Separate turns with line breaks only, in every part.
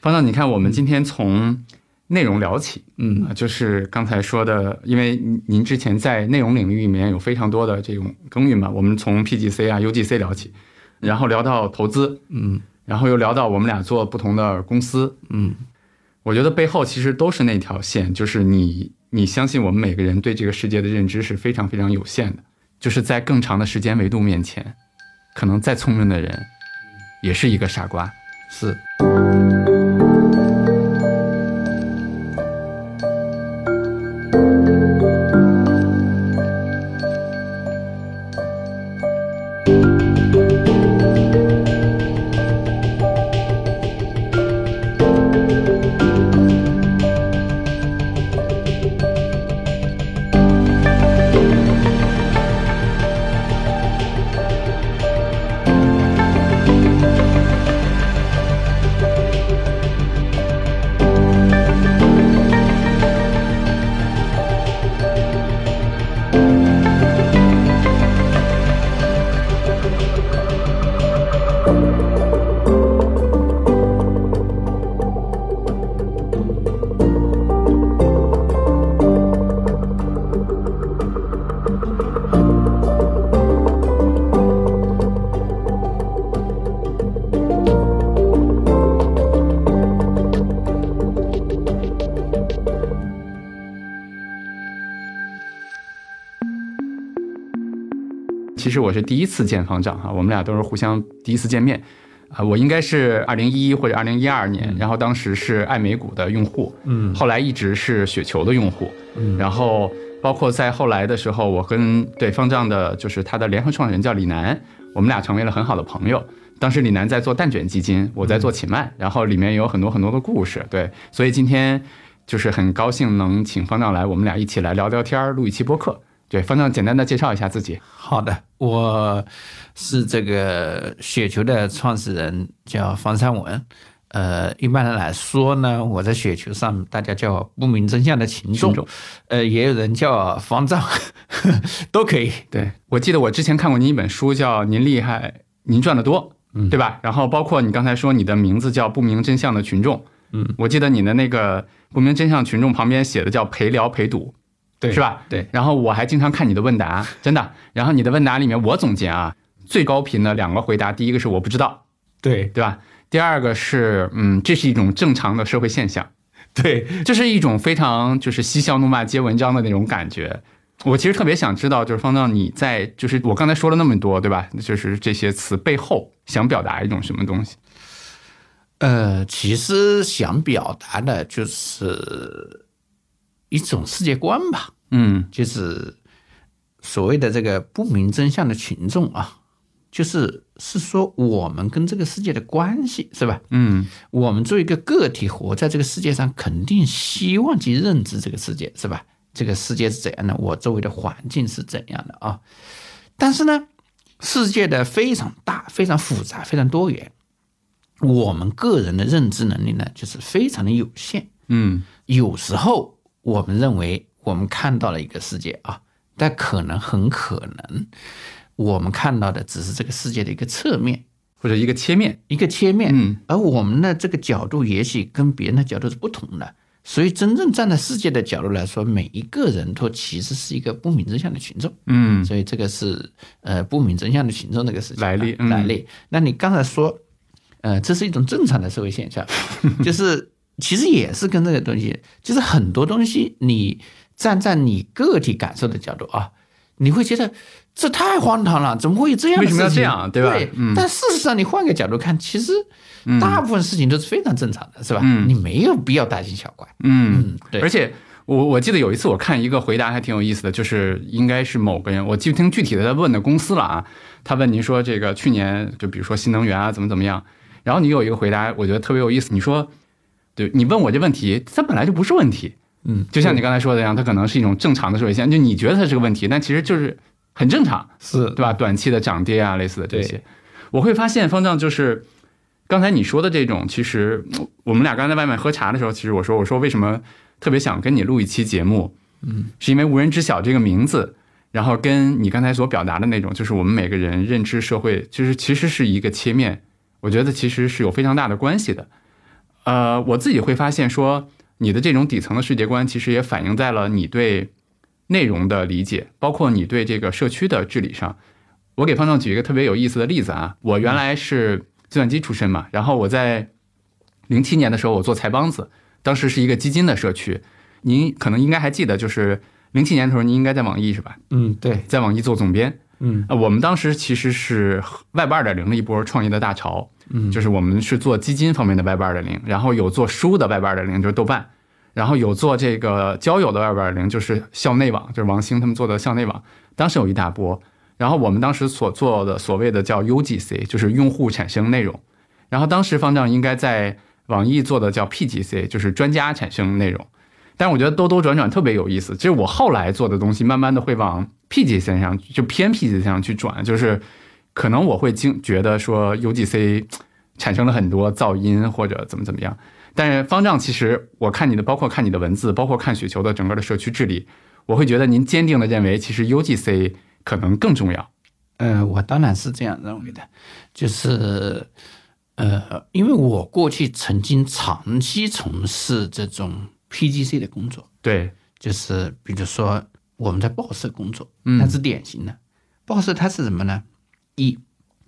方丈，你看我们今天从内容聊起，
嗯
啊，就是刚才说的，因为您您之前在内容领域里面有非常多的这种耕耘嘛，我们从 PGC 啊、UGC 聊起，然后聊到投资，
嗯
然后又聊到我们俩做不同的公司，
嗯
我觉得背后其实都是那条线，就是你你相信我们每个人对这个世界的认知是非常非常有限的，就是在更长的时间维度面前，可能再聪明的人也是一个傻瓜。
是。
其实我是第一次见方丈哈，我们俩都是互相第一次见面，啊，我应该是二零一一或者二零一二年，然后当时是爱美股的用户，
嗯
后来一直是雪球的用户，
嗯
然后包括在后来的时候，我跟对方丈的就是他的联合创始人叫李楠，我们俩成为了很好的朋友。当时李楠在做蛋卷基金，我在
嗯
做起漫，然后里面有很多很多的故事，对，所以今天就是很高兴能请方丈来，我们俩一起来聊聊天儿，录一期播客。对，方丈简单的介绍一下自己。
好的，我是这个雪球的创始人，叫方尚文。呃，一般来说呢，我在雪球上大家叫我不明真相的群众，
群众
呃，也有人叫我方丈， 都可以。
对，我记得我之前看过您一本书，叫《您厉害，您赚得多》，
嗯
对吧？然后包括你刚才说你的名字叫《不明真相的群众》，
嗯，
我记得你的那个《不明真相群众》旁边写的叫“陪聊陪赌”，
对
是吧？
对，
然后我还经常看你的问答，真的。然后你的问答里面，我总结啊，最高频的两个回答，第一个是我不知道，
对
对吧？第二个是，嗯，这是一种正常的社会现象。
对，
这是一种非常就是嬉笑怒骂皆文章的那种感觉。我其实特别想知道，就是方丈你在就是我刚才说了那么多，对吧？就是这些词背后想表达一种什么东西？
呃，其实想表达的就是一种世界观吧。
嗯
就是所谓的这个不明真相的群众啊，就是是说我们跟这个世界的关系是吧？
嗯
我们作为一个个体活在这个世界上，肯定希望去认知这个世界是吧？这个世界是怎样的？我周围的环境是怎样的啊？但是呢，世界的非常大、非常复杂、非常多元，我们个人的认知能力呢，就是非常的有限。
嗯
有时候我们认为我们看到了一个世界啊，但可能很可能我们看到的只是这个世界的一个侧面、
或者一个切面。
一个切面，
嗯
而我们的这个角度也许跟别人的角度是不同的。所以，真正站在世界的角度来说，每一个人都其实是一个不明真相的群众。
嗯
所以这个是呃不明真相的群众这个事情啊
来历嗯
来历。那你刚才说，呃，这是一种正常的社会现象， 就是其实也是跟这个东西，就是很多东西你站在你个体感受的角度啊，你会觉得这太荒唐了，怎么会有这样的
为
事
什么要
情？
这样对
对
吧嗯
但事实上你换个角度看，其实大部分事情都是非常正常的，是吧？
嗯
你没有必要大惊小怪。
嗯，
对
而且。我我记得有一次我看一个回答还挺有意思的，就是应该是某个人，我记不清具体的他问的公司了啊。他问您说这个去年就比如说新能源啊怎么怎么样，然后你有一个回答，我觉得特别有意思，你说，对你问我这问题，它本来就不是问题，
嗯，
就像你刚才说的一样，它可能是一种正常的社会现象，就你觉得它是个问题，但其实就是很正常，
是
对吧？短期的涨跌啊，类似的这些
对，
嗯我会发现方丈就是刚才你说的这种，其实嗯我们俩刚才在外面喝茶的时候，其实我说我说为什么特别想跟你录一期节目，嗯，是因为无人知晓这个名字。然后跟你刚才所表达的那种，就是我们每个人认知社会，就是其实是一个切面，我觉得其实是有非常大的关系的。呃，我自己会发现说，你的这种底层的世界观，其实也反映在了你对内容的理解，包括你对这个社区的治理上。我给方丈举一个特别有意思的例子啊，我原来是计算机出身嘛，然后我在零七年的时候，我做财帮子，当时是一个基金的社区。您可能应该还记得，就是零七年的时候，您应该在网易是吧？
嗯，对，
在网易做总编。
嗯
呃，我们当时其实是 Web 二点零的一波创业的大潮，
嗯
就是我们是做基金方面的 Web 二点零，然后有做书的 Web 二点零，就是豆瓣，然后有做这个交友的 Web 二点零，就是校内网，就是王兴他们做的校内网，当时有一大波。然后我们当时所做的所谓的叫 UGC，就是用户产生内容。然后当时方丈应该在网易做的叫 PGC，就是专家产生内容。但是我觉得兜兜转转特别有意思，就是我后来做的东西，慢慢的会往 PGC 上，就偏 PGC 上去转，就是可能我会经觉得说 UGC 产生了很多噪音或者怎么怎么样。但是方丈，其实我看你的，包括看你的文字，包括看雪球的整个的社区治理，我会觉得您坚定的认为，其实 UGC 可能更重要。
呃，我当然是这样认为的，就是呃，因为我过去曾经长期从事这种 PGC 的工作，
对，
就是比如说我们在报社工作，
嗯
它是典型的。报社它是什么呢？一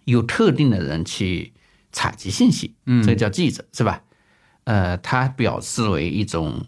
有特定的人去采集信息，
嗯
这个叫记者，是吧？呃，它表示为一种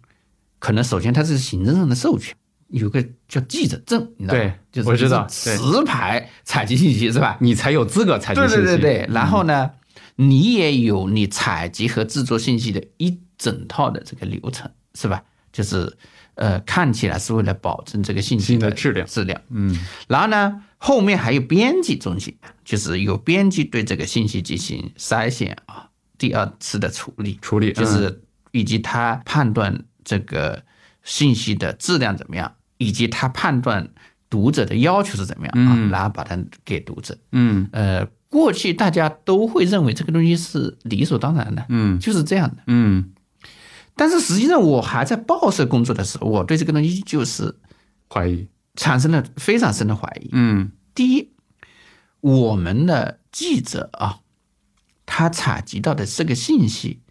可能，首先它是行政上的授权，有个叫记者证，你知道吗？
对
就是
我知道
就是
对
持牌采集信息是吧？
你才有资格采集
对
信息。嗯
对对对，然后呢，你也有你采集和制作信息的一整套的这个流程，是吧？就是呃，看起来是为了保证这个信息
信息的质量
质量。
嗯，
然后呢，后面还有编辑中心，就是有编辑对这个信息进行筛选啊，第二次的处理，
处理
就是以及他判断这个信息的质量怎么样，以及他判断读者的要求是怎么样啊，然后把它给读者。
嗯
呃，过去大家都会认为这个东西是理所当然的，
嗯
就是这样的。
嗯
但是实际上，我还在报社工作的时候，我对这个东西就是
怀疑。
产生了非常深的怀疑。
嗯
第一，我们的记者啊，他采集到的这个信息，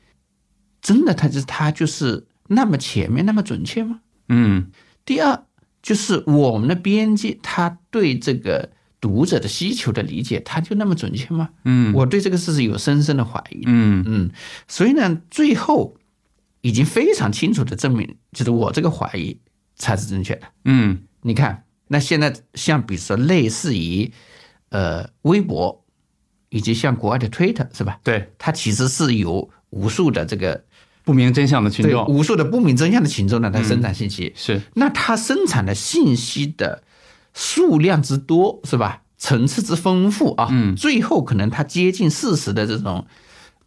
真的他就是他就是那么前面那么准确吗？
嗯
第二，就是我们的编辑他对这个读者的需求的理解，他就那么准确吗？
嗯
我对这个事是有深深的怀疑的。
嗯
嗯，所以呢，最后已经非常清楚的证明，就是我这个怀疑才是正确的。
嗯
你看，那现在像比如说类似于呃微博，以及像国外的 Twitter 是吧？
对，
它其实是由无数的这个
不明真相的群
对
众嗯
无数的不明真相的群众呢，它生产信息。
是
那它生产的信息的数量之多，是吧？层次之丰富啊，
嗯
最后可能它接近事实的这种，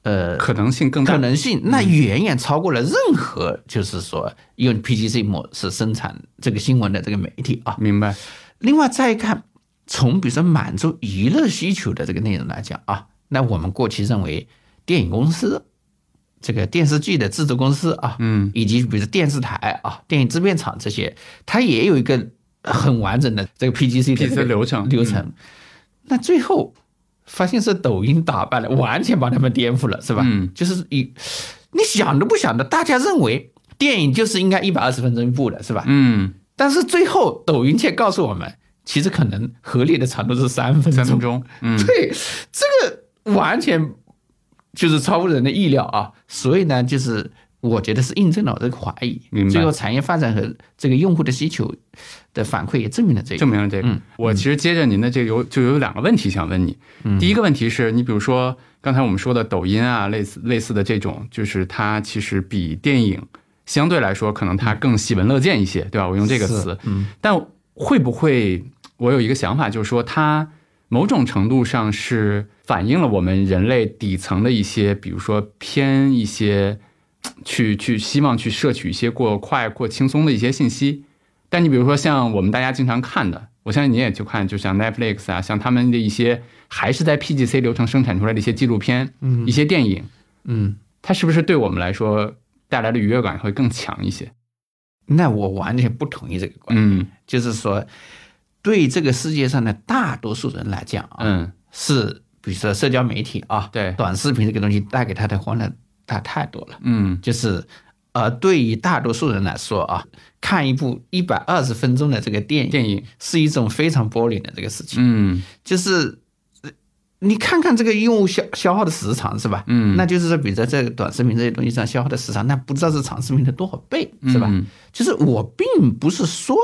呃，
可能性更大。
可能性，
嗯
那远远超过了任何就是说用 PGC 模式生产这个新闻的这个媒体啊。
明白。
另外再看，从比如说满足娱乐需求的这个内容来讲啊，那我们过去认为电影公司、这个电视剧的制作公司啊，
嗯，
以及比如说电视台啊、电影制片厂这些，它也有一个很完整的这个 PGC 的
PGC
这个
流程嗯
流程。那最后发现是抖音打败了，完全把他们颠覆了，是吧？
嗯，
就是你你想都不想的，大家认为电影就是应该一百二十分钟一部的，是吧？
嗯，
但是最后抖音却告诉我们，其实可能合理的长度是三分钟。
三分钟。嗯
对，这个完全就是超乎人的意料啊！所以呢，就是我觉得是印证了我这个怀疑
明。白
最后产业发展和这个用户的需求的反馈也证明了这个
证。明了这个。
嗯
我其实接着您的这个有就有两个问题想问你。
嗯
第一个问题是你比如说刚才我们说的抖音啊，类似类似的这种，就是它其实比电影相对来说可能它更喜闻乐见一些，对吧？我用这个
是
词。
嗯，
但会不会我有一个想法，就是说它某种程度上是反映了我们人类底层的一些，比如说偏一些。去去希望去摄取一些过快过轻松的一些信息，但你比如说像我们大家经常看的，我相信你也去看，就像 Netflix 啊，像他们的一些还是在 PGC 流程生产出来的一些纪录片、一些电影，
嗯，
它是不是对我们来说带来的愉悦感会更强一些？
那我完全不同意这个观点，
嗯
就是说，对这个世界上的大多数人来讲啊，
嗯，
是比如说社交媒体啊，
对
短视频这个东西带给他的欢乐它太多了。
嗯
就是，呃，对于大多数人来说啊，看一部一百二十分钟的这个电影，
电影
是一种非常 boring 的这个事情。
嗯
就是呃你看看这个用户消消耗的时长是吧？
嗯
那就是说，比在这个短视频这些东西上消耗的时长，那不知道是长视频的多少倍是吧？
嗯
就是我并不是说。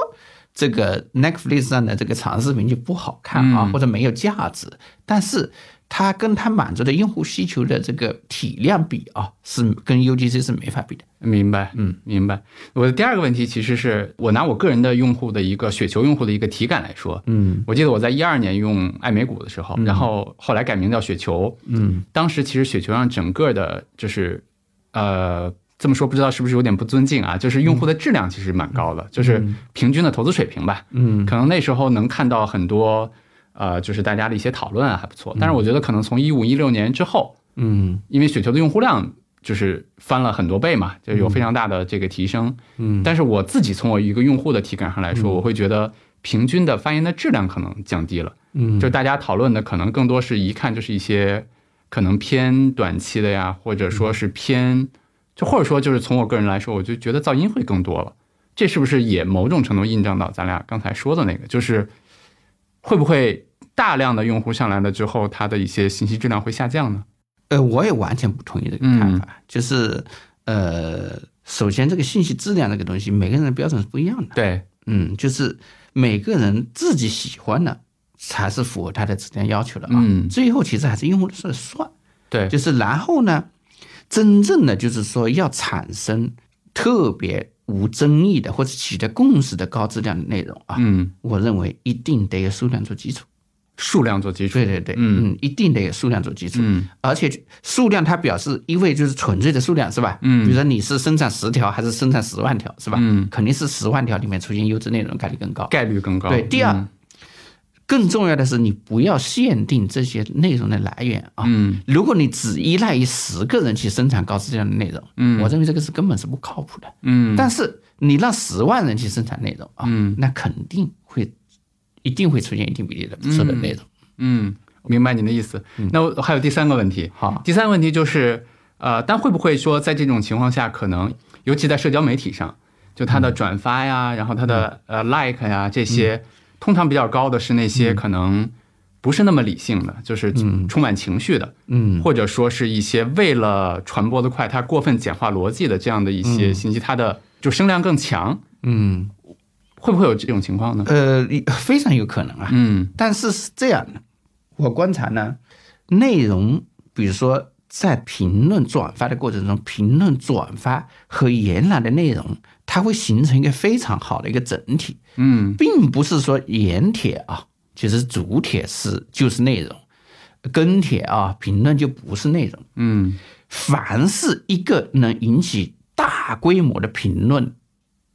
这个 Netflix 上的这个长视频就不好看啊，
嗯
或者没有价值，但是它跟它满足的用户需求的这个体量比啊，是跟 UGC 是没法比的。
明白，嗯，明白。我的第二个问题其实是我拿我个人的用户的一个雪球用户的一个体感来说，
嗯
我记得我在一二年用爱美谷的时候，然后后来改名叫雪球，
嗯
当时其实雪球上整个的，就是呃，这么说不知道是不是有点不尊敬啊，就是用户的质量其实蛮高的，就是平均的投资水平吧，
嗯
可能那时候能看到很多呃，就是大家的一些讨论啊，还不错。但是我觉得可能从一五一六年之后，
嗯
因为雪球的用户量就是翻了很多倍嘛，就有非常大的这个提升。
嗯，
但是我自己从我一个用户的体感上来说，我会觉得平均的发言的质量可能降低了，
嗯
就大家讨论的可能更多是一看就是一些可能偏短期的呀，或者说是偏，就或者说就是从我个人来说，我就觉得噪音会更多了。这是不是也某种程度印证到咱俩刚才说的那个，就是会不会大量的用户上来了之后，他的一些信息质量会下降呢？
呃，我也完全不同意这个
嗯
看法，就是呃，首先这个信息质量这个东西，每个人的标准是不一样的，
对，
嗯，就是每个人自己喜欢的才是符合他的质量要求的啊，
嗯
最后其实还是用户说了算，
对，
就是然后呢，真正的就是说要产生特别无争议的或者取得共识的高质量的内容啊，
嗯，
我认为一定得有数量做基础。
数量做基础
对，对对，
嗯
嗯，一定得有数量做基础，
嗯，
而且数量它表示一味就是纯粹的数量是吧？
嗯
比如说你是生产十条还是生产十万条是吧？
嗯，
肯定是十万条里面出现优质内容概率更高。
概率更高。
对，第二
嗯，
更重要的是你不要限定这些内容的来源啊。
嗯
如果你只依赖于十个人去生产高质量的内容，
嗯
我认为这个是根本是不靠谱的。
嗯，
但是你让十万人去生产内容啊，
嗯
那肯定会一定会出现一定比例的不错的内容。
嗯，明白您的意思。
嗯
那我还有第三个问题，
好，
第三个问题就是，呃，但会不会说在这种情况下，可能尤其在社交媒体上，就它的
嗯
转发呀，然后它的呃 like 呀这些，通常比较高的是那
嗯
些可能不是那么理性的，就是充满情绪的，
嗯。
或者说是一些为了传播的快，它过分简化逻辑的这样的一些信息，它的就声量更强，
嗯，
会不会有这种情况呢？
呃，非常有可能啊。
嗯
但是是这样的，我观察呢，内容，比如说在评论转发的过程中，评论转发和原来的内容，它会形成一个非常好的一个整体，
嗯
并不是说原帖啊，其实主帖是就是内容，跟帖啊，评论就不是内容。
嗯
凡是一个能引起大规模的评论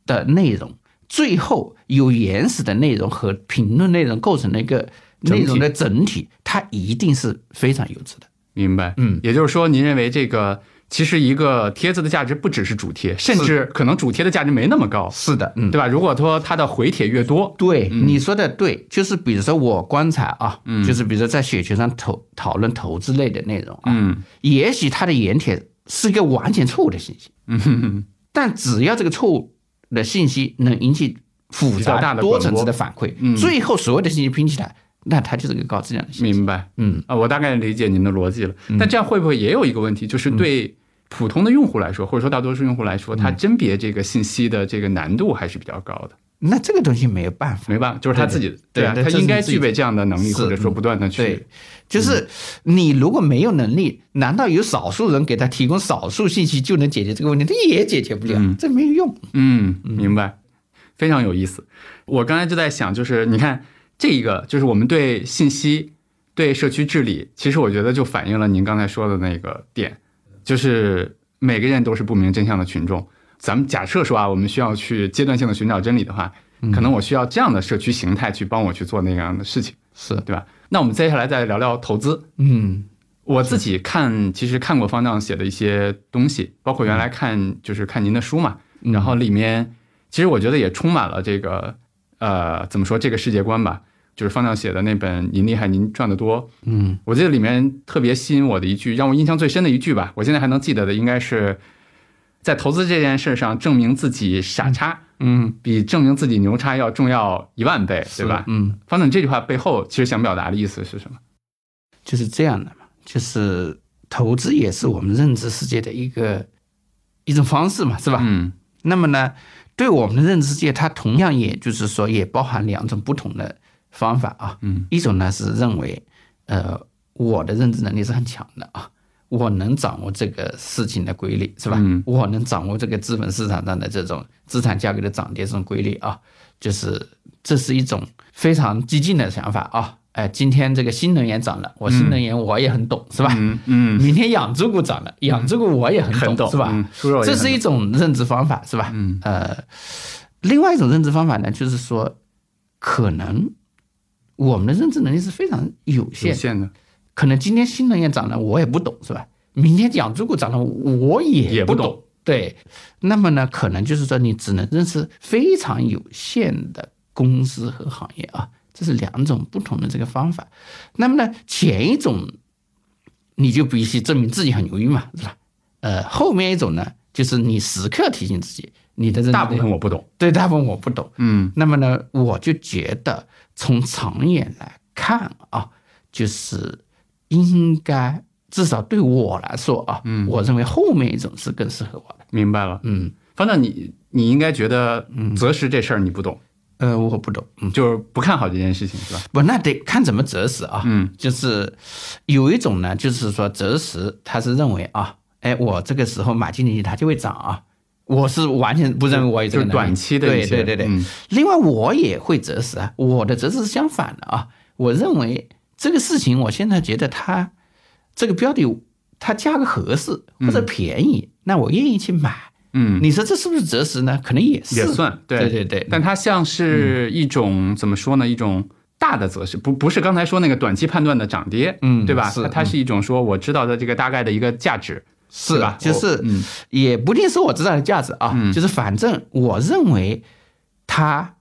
的内容，最后由原始的内容和评论内容构成的一个内容的整体，它一定是非常优质的。
明白，
嗯，
也就是说，您认为这个其实一个帖子的价值不只是主贴，甚至可能主贴的价值没那么高，
是的，嗯，
对吧？如果说它的回帖越多，
对，你说的对，就是比如说我观察啊，
嗯
就是比如说在雪球上投讨论投资类的内容啊，
嗯
也许它的原帖是一个完全错误的信息，
嗯哼哼
但只要这个错误的信息能引起复
比较大
杂
的
多
传
层
播
次的反馈，
嗯
最后所有的信息拼起来，那它就是个高质量的信息。
明白
嗯，
啊，我大概理解您的逻辑了。但这样会不会也有一个问题，就是
嗯
对普通的用户来说，或者说大多数用户来说，他甄别这个信息的这个难度还是比较高的？
那这个东西没有办法。
没办法，就是他自己
对
啊，
对
他
这是
应该
你自己
具备这样的能力，
是嗯
或者说不断的去
对，就是
嗯
你如果没有能力，难道有少数人给他提供少数信息就能解决这个问题？他也解决不了，这没有用。
嗯，明白，非常有意思。我刚才就在想，就是你看这一个，就是我们对信息、对社区治理，其实我觉得就反映了您刚才说的那个点，就是每个人都是不明真相的群众。咱们假设说啊，我们需要去阶段性的寻找真理的话，可能我需要这样的社区形态去帮我去做那样的事情，
是，
对吧？那我们接下来再聊聊投资。
嗯
我自己看，其实看过方丈写的一些东西，包括
嗯
原来看就是看您的书嘛，然后里面其实我觉得也充满了这个呃怎么说这个世界观吧。就是方丈写的那本《您厉害您赚得多》，
嗯
我记得里面特别吸引我的一句，让我印象最深的一句吧，我现在还能记得的，应该是在投资这件事上证明自己傻叉，
嗯，
比证明自己牛叉要重要一万倍，对
是
吧？
嗯。
方总，你这句话背后其实想表达的意思是什么？
就是这样的嘛，就是投资也是我们认知世界的一个一种方式嘛，是吧？
嗯
那么呢，对我们的认知世界，它同样也就是说也包含两种不同的方法啊。
嗯
一种呢是认为，呃，我的认知能力是很强的啊，我能掌握这个事情的规律，是吧？
嗯
我能掌握这个资本市场上的这种资产价格的涨跌这种规律啊，就是这是一种非常激进的想法啊。哎，今天这个新能源涨了，我新能源我也很懂，是吧？
嗯嗯，
明天养猪股涨了，养猪股我也很懂，
很懂
是吧？
嗯猪肉也
这
很
是一种认知方法，是吧？嗯，呃，另外一种认知方法呢，就是说，可能我们的认知能力是非常有
有
限，
限的，
可能今天新能源涨了，我也不懂，是吧？明天养猪股涨了，我也
也不
不
懂
懂。对，那么呢，可能就是说，你只能认识非常有限的公司和行业啊，这是两种不同的这个方法。那么呢，前一种你就必须证明自己很牛逼嘛，是吧？呃，后面一种呢，就是你时刻提醒自己，你的认知
大部分我不懂。
对大部分我不懂，
嗯
那么呢，我就觉得从长远来看啊，就是应该至少对我来说啊，嗯，我认为后面一种是更适合我的。
明白了。
嗯，
方丈，你你应该觉得择时这事儿你不懂，
呃，我不懂，嗯，
就是不看好这件事情，是吧？
不，那得看怎么择时啊。
嗯，
就是有一种呢，就是说择时，他是认为啊，哎，我这个时候买进去它就会涨啊。我是完全不认为我有
就
这个
是
能力，
短期的一
对
些，
对对对，
嗯
另外，我也会择时啊，我的择时是相反的啊。我认为这个事情，我现在觉得它这个标的它价格合适或者便宜，那我愿意去买。
嗯，
你说这是不是择时呢？可能也是，
也算对
对对对
但它像是一种、怎么说呢？一种大的择时，不不是刚才说那个短期判断的涨跌，
嗯
对吧？
是
它它是一种说我知道的这个大概的一个价值，
是
吧？
就
我
是
嗯
也不一定是我知道的价值啊，就是反正我认为它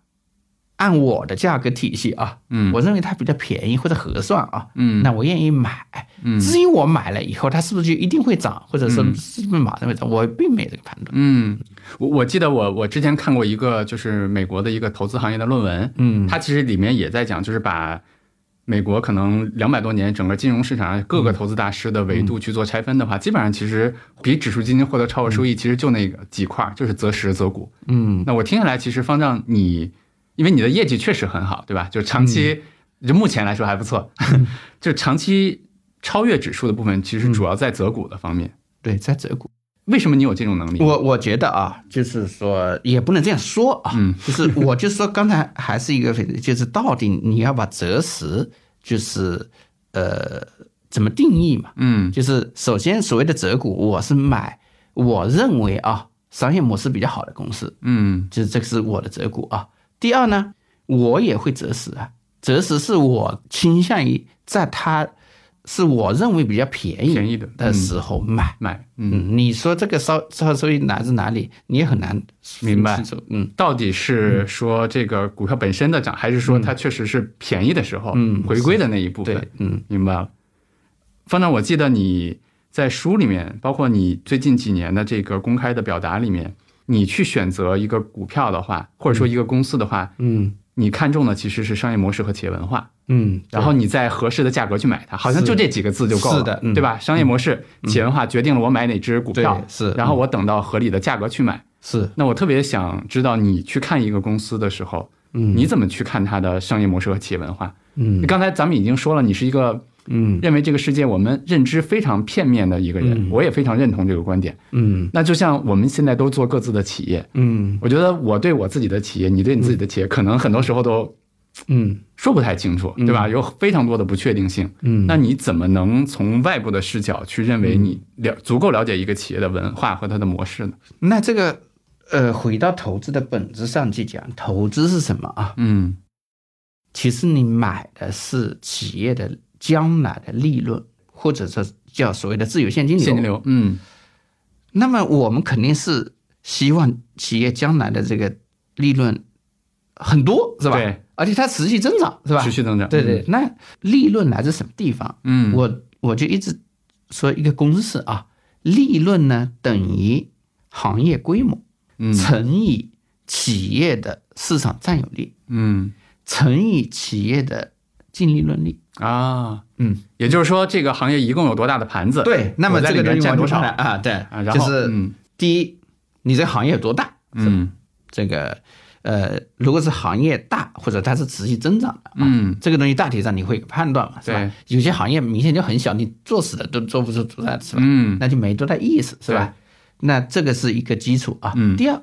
按我的价格体系啊，
嗯
我认为它比较便宜或者合算啊，
嗯
那我愿意买。
嗯
至于我买了以后，它是不是就一定会涨，或者说是不是马上会涨，我并没有这个判断。
嗯，我我记得我我之前看过一个就是美国的一个投资行业的论文，
嗯
它其实里面也在讲，就是把美国可能两百多年整个金融市场上
嗯
各个投资大师的维度去做拆分的话，基本上其实比指数基金获得超额收益，其实就那个几块儿，就是择时择股。
嗯，
那我听下来，其实方丈你，因为你的业绩确实很好，对吧？就长期，
嗯
就目前来说还不错， 就长期超越指数的部分，其
嗯
实主要在择股的方面。
对，在这股，
为什么你有这种能力？
我我觉得啊，就是说也不能这样说啊，
嗯
就是我就说刚才还是一个，就是到底你要把择时，就是呃怎么定义嘛？
嗯
就是首先所谓的择股，我是买我认为啊商业模式比较好的公司，
嗯
就是这个是我的择股啊。第二呢，我也会择时啊，择时是我倾向于在它是我认为比较便宜
便宜的
的时候买。
买嗯。
嗯，你说这个烧烧收益来自哪里，你也很难
明白
清楚。嗯，
到底是说这个股票本身的涨，还是说它确实是便宜的时候
嗯
回归的那一部分？
对，嗯
明白了。方丈，我记得你在书里面，包括你最近几年的这个公开的表达里面，你去选择一个股票的话，或者说一个公司的话，
嗯
你看中的其实是商业模式和企业文化，
嗯，
然后你在合适的价格去买它，好像就这几个字就够了，
是的嗯
对吧？商业模式、企业文化决定了我买哪只股票
对，嗯是
然后我等到合理的价格去买。
是
那我特别想知道，你去看一个公司的时候，
嗯
你怎么去看它的商业模式和企业文化？
嗯
刚才咱们已经说了，你是一个
嗯
认为这个世界我们认知非常片面的一个人，我也非常认同这个观点。
嗯
那就像我们现在都做各自的企业，
嗯
我觉得我对我自己的企业，你对你自己的企业，可能很多时候都
嗯
说不太清楚，对吧？有非常多的不确定性。
嗯，
那你怎么能从外部的视角去认为你了足够了解一个企业的文化和它的模式呢？
那这个呃，回到投资的本质上去讲，投资是什么啊？
嗯
其实你买的是企业的将来的利润，或者说叫所谓的自由现金流。
现金。流，嗯
那么我们肯定是希望企业将来的这个利润很多，是吧？
对，
而且它持续增长，是吧？
持续增长。
对对，那利润来自什么地方？
嗯
我我就一直说一个公式啊，利润呢等于行业规模
嗯
乘以企业的市场占有率
嗯
乘以企业的净利润率。
啊，
嗯，
也就是说这个行业一共有多大的盘子？
对，那么
我在
这个
里面
东西
占
我
多
就看
少
了？啊？对，
啊然
就
后
是
嗯
第一，你这行业有多大？
嗯
这个呃，如果是行业大或者它是持续增长的，啊
嗯，
这个东西大体上你会有个判断嘛，是吧？有些行业明显就很小，你做死的都做不出主来，是吧？
嗯
那就没多大意思，是吧？那这个是一个基础啊。
嗯
第二，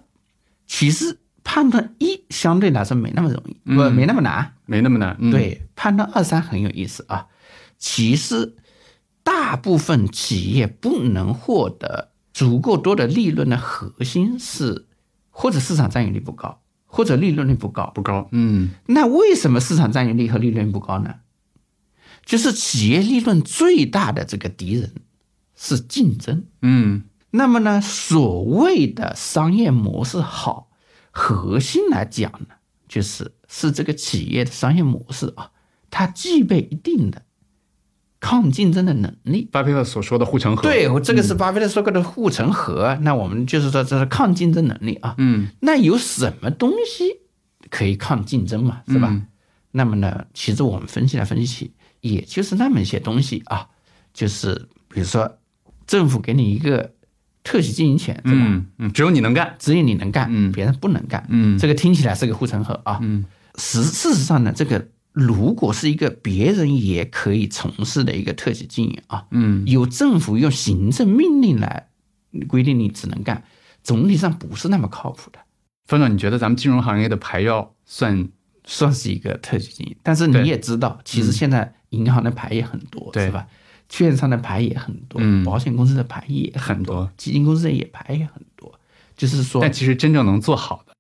其实判断一相对来说没那么容易，
嗯
不没那么难。
没那么难。嗯，
对，判断二三很有意思啊。其实大部分企业不能获得足够多的利润的核心是，或者市场占有率不高，或者利润率不高。
不高。嗯
那为什么市场占有率和利润不高呢？就是企业利润最大的这个敌人是竞争。
嗯
那么呢，所谓的商业模式好，核心来讲呢，就是是这个企业的商业模式啊，它具备一定的抗竞争的能力。
巴菲特所说的护城河。，
对，我这个是巴菲特说过的护城河。那我们就是说，这是抗竞争能力啊。
嗯
那有什么东西可以抗竞争嘛，是吧？
嗯
那么呢，其实我们分析来分析，也就是那么一些东西啊，就是比如说政府给你一个特许经营权，对吧？
嗯嗯，只有你能干。
只有你能干，
嗯
别人不能干，
嗯
这个听起来是个护城河啊。
嗯
实事实上呢，这个如果是一个别人也可以从事的一个特许经营啊，
嗯
由政府用行政命令来规定你只能干，总体上不是那么靠谱的。
冯总，你觉得咱们金融行业的牌药算
算是一个特许经营，但是你
对
也知道，其实现在银行的牌也很多，
对
是吧？券商的牌也很多，
嗯
保险公司的牌也很
很多，
基金公司的也牌也很多，就是说
但，其实真正能做好的，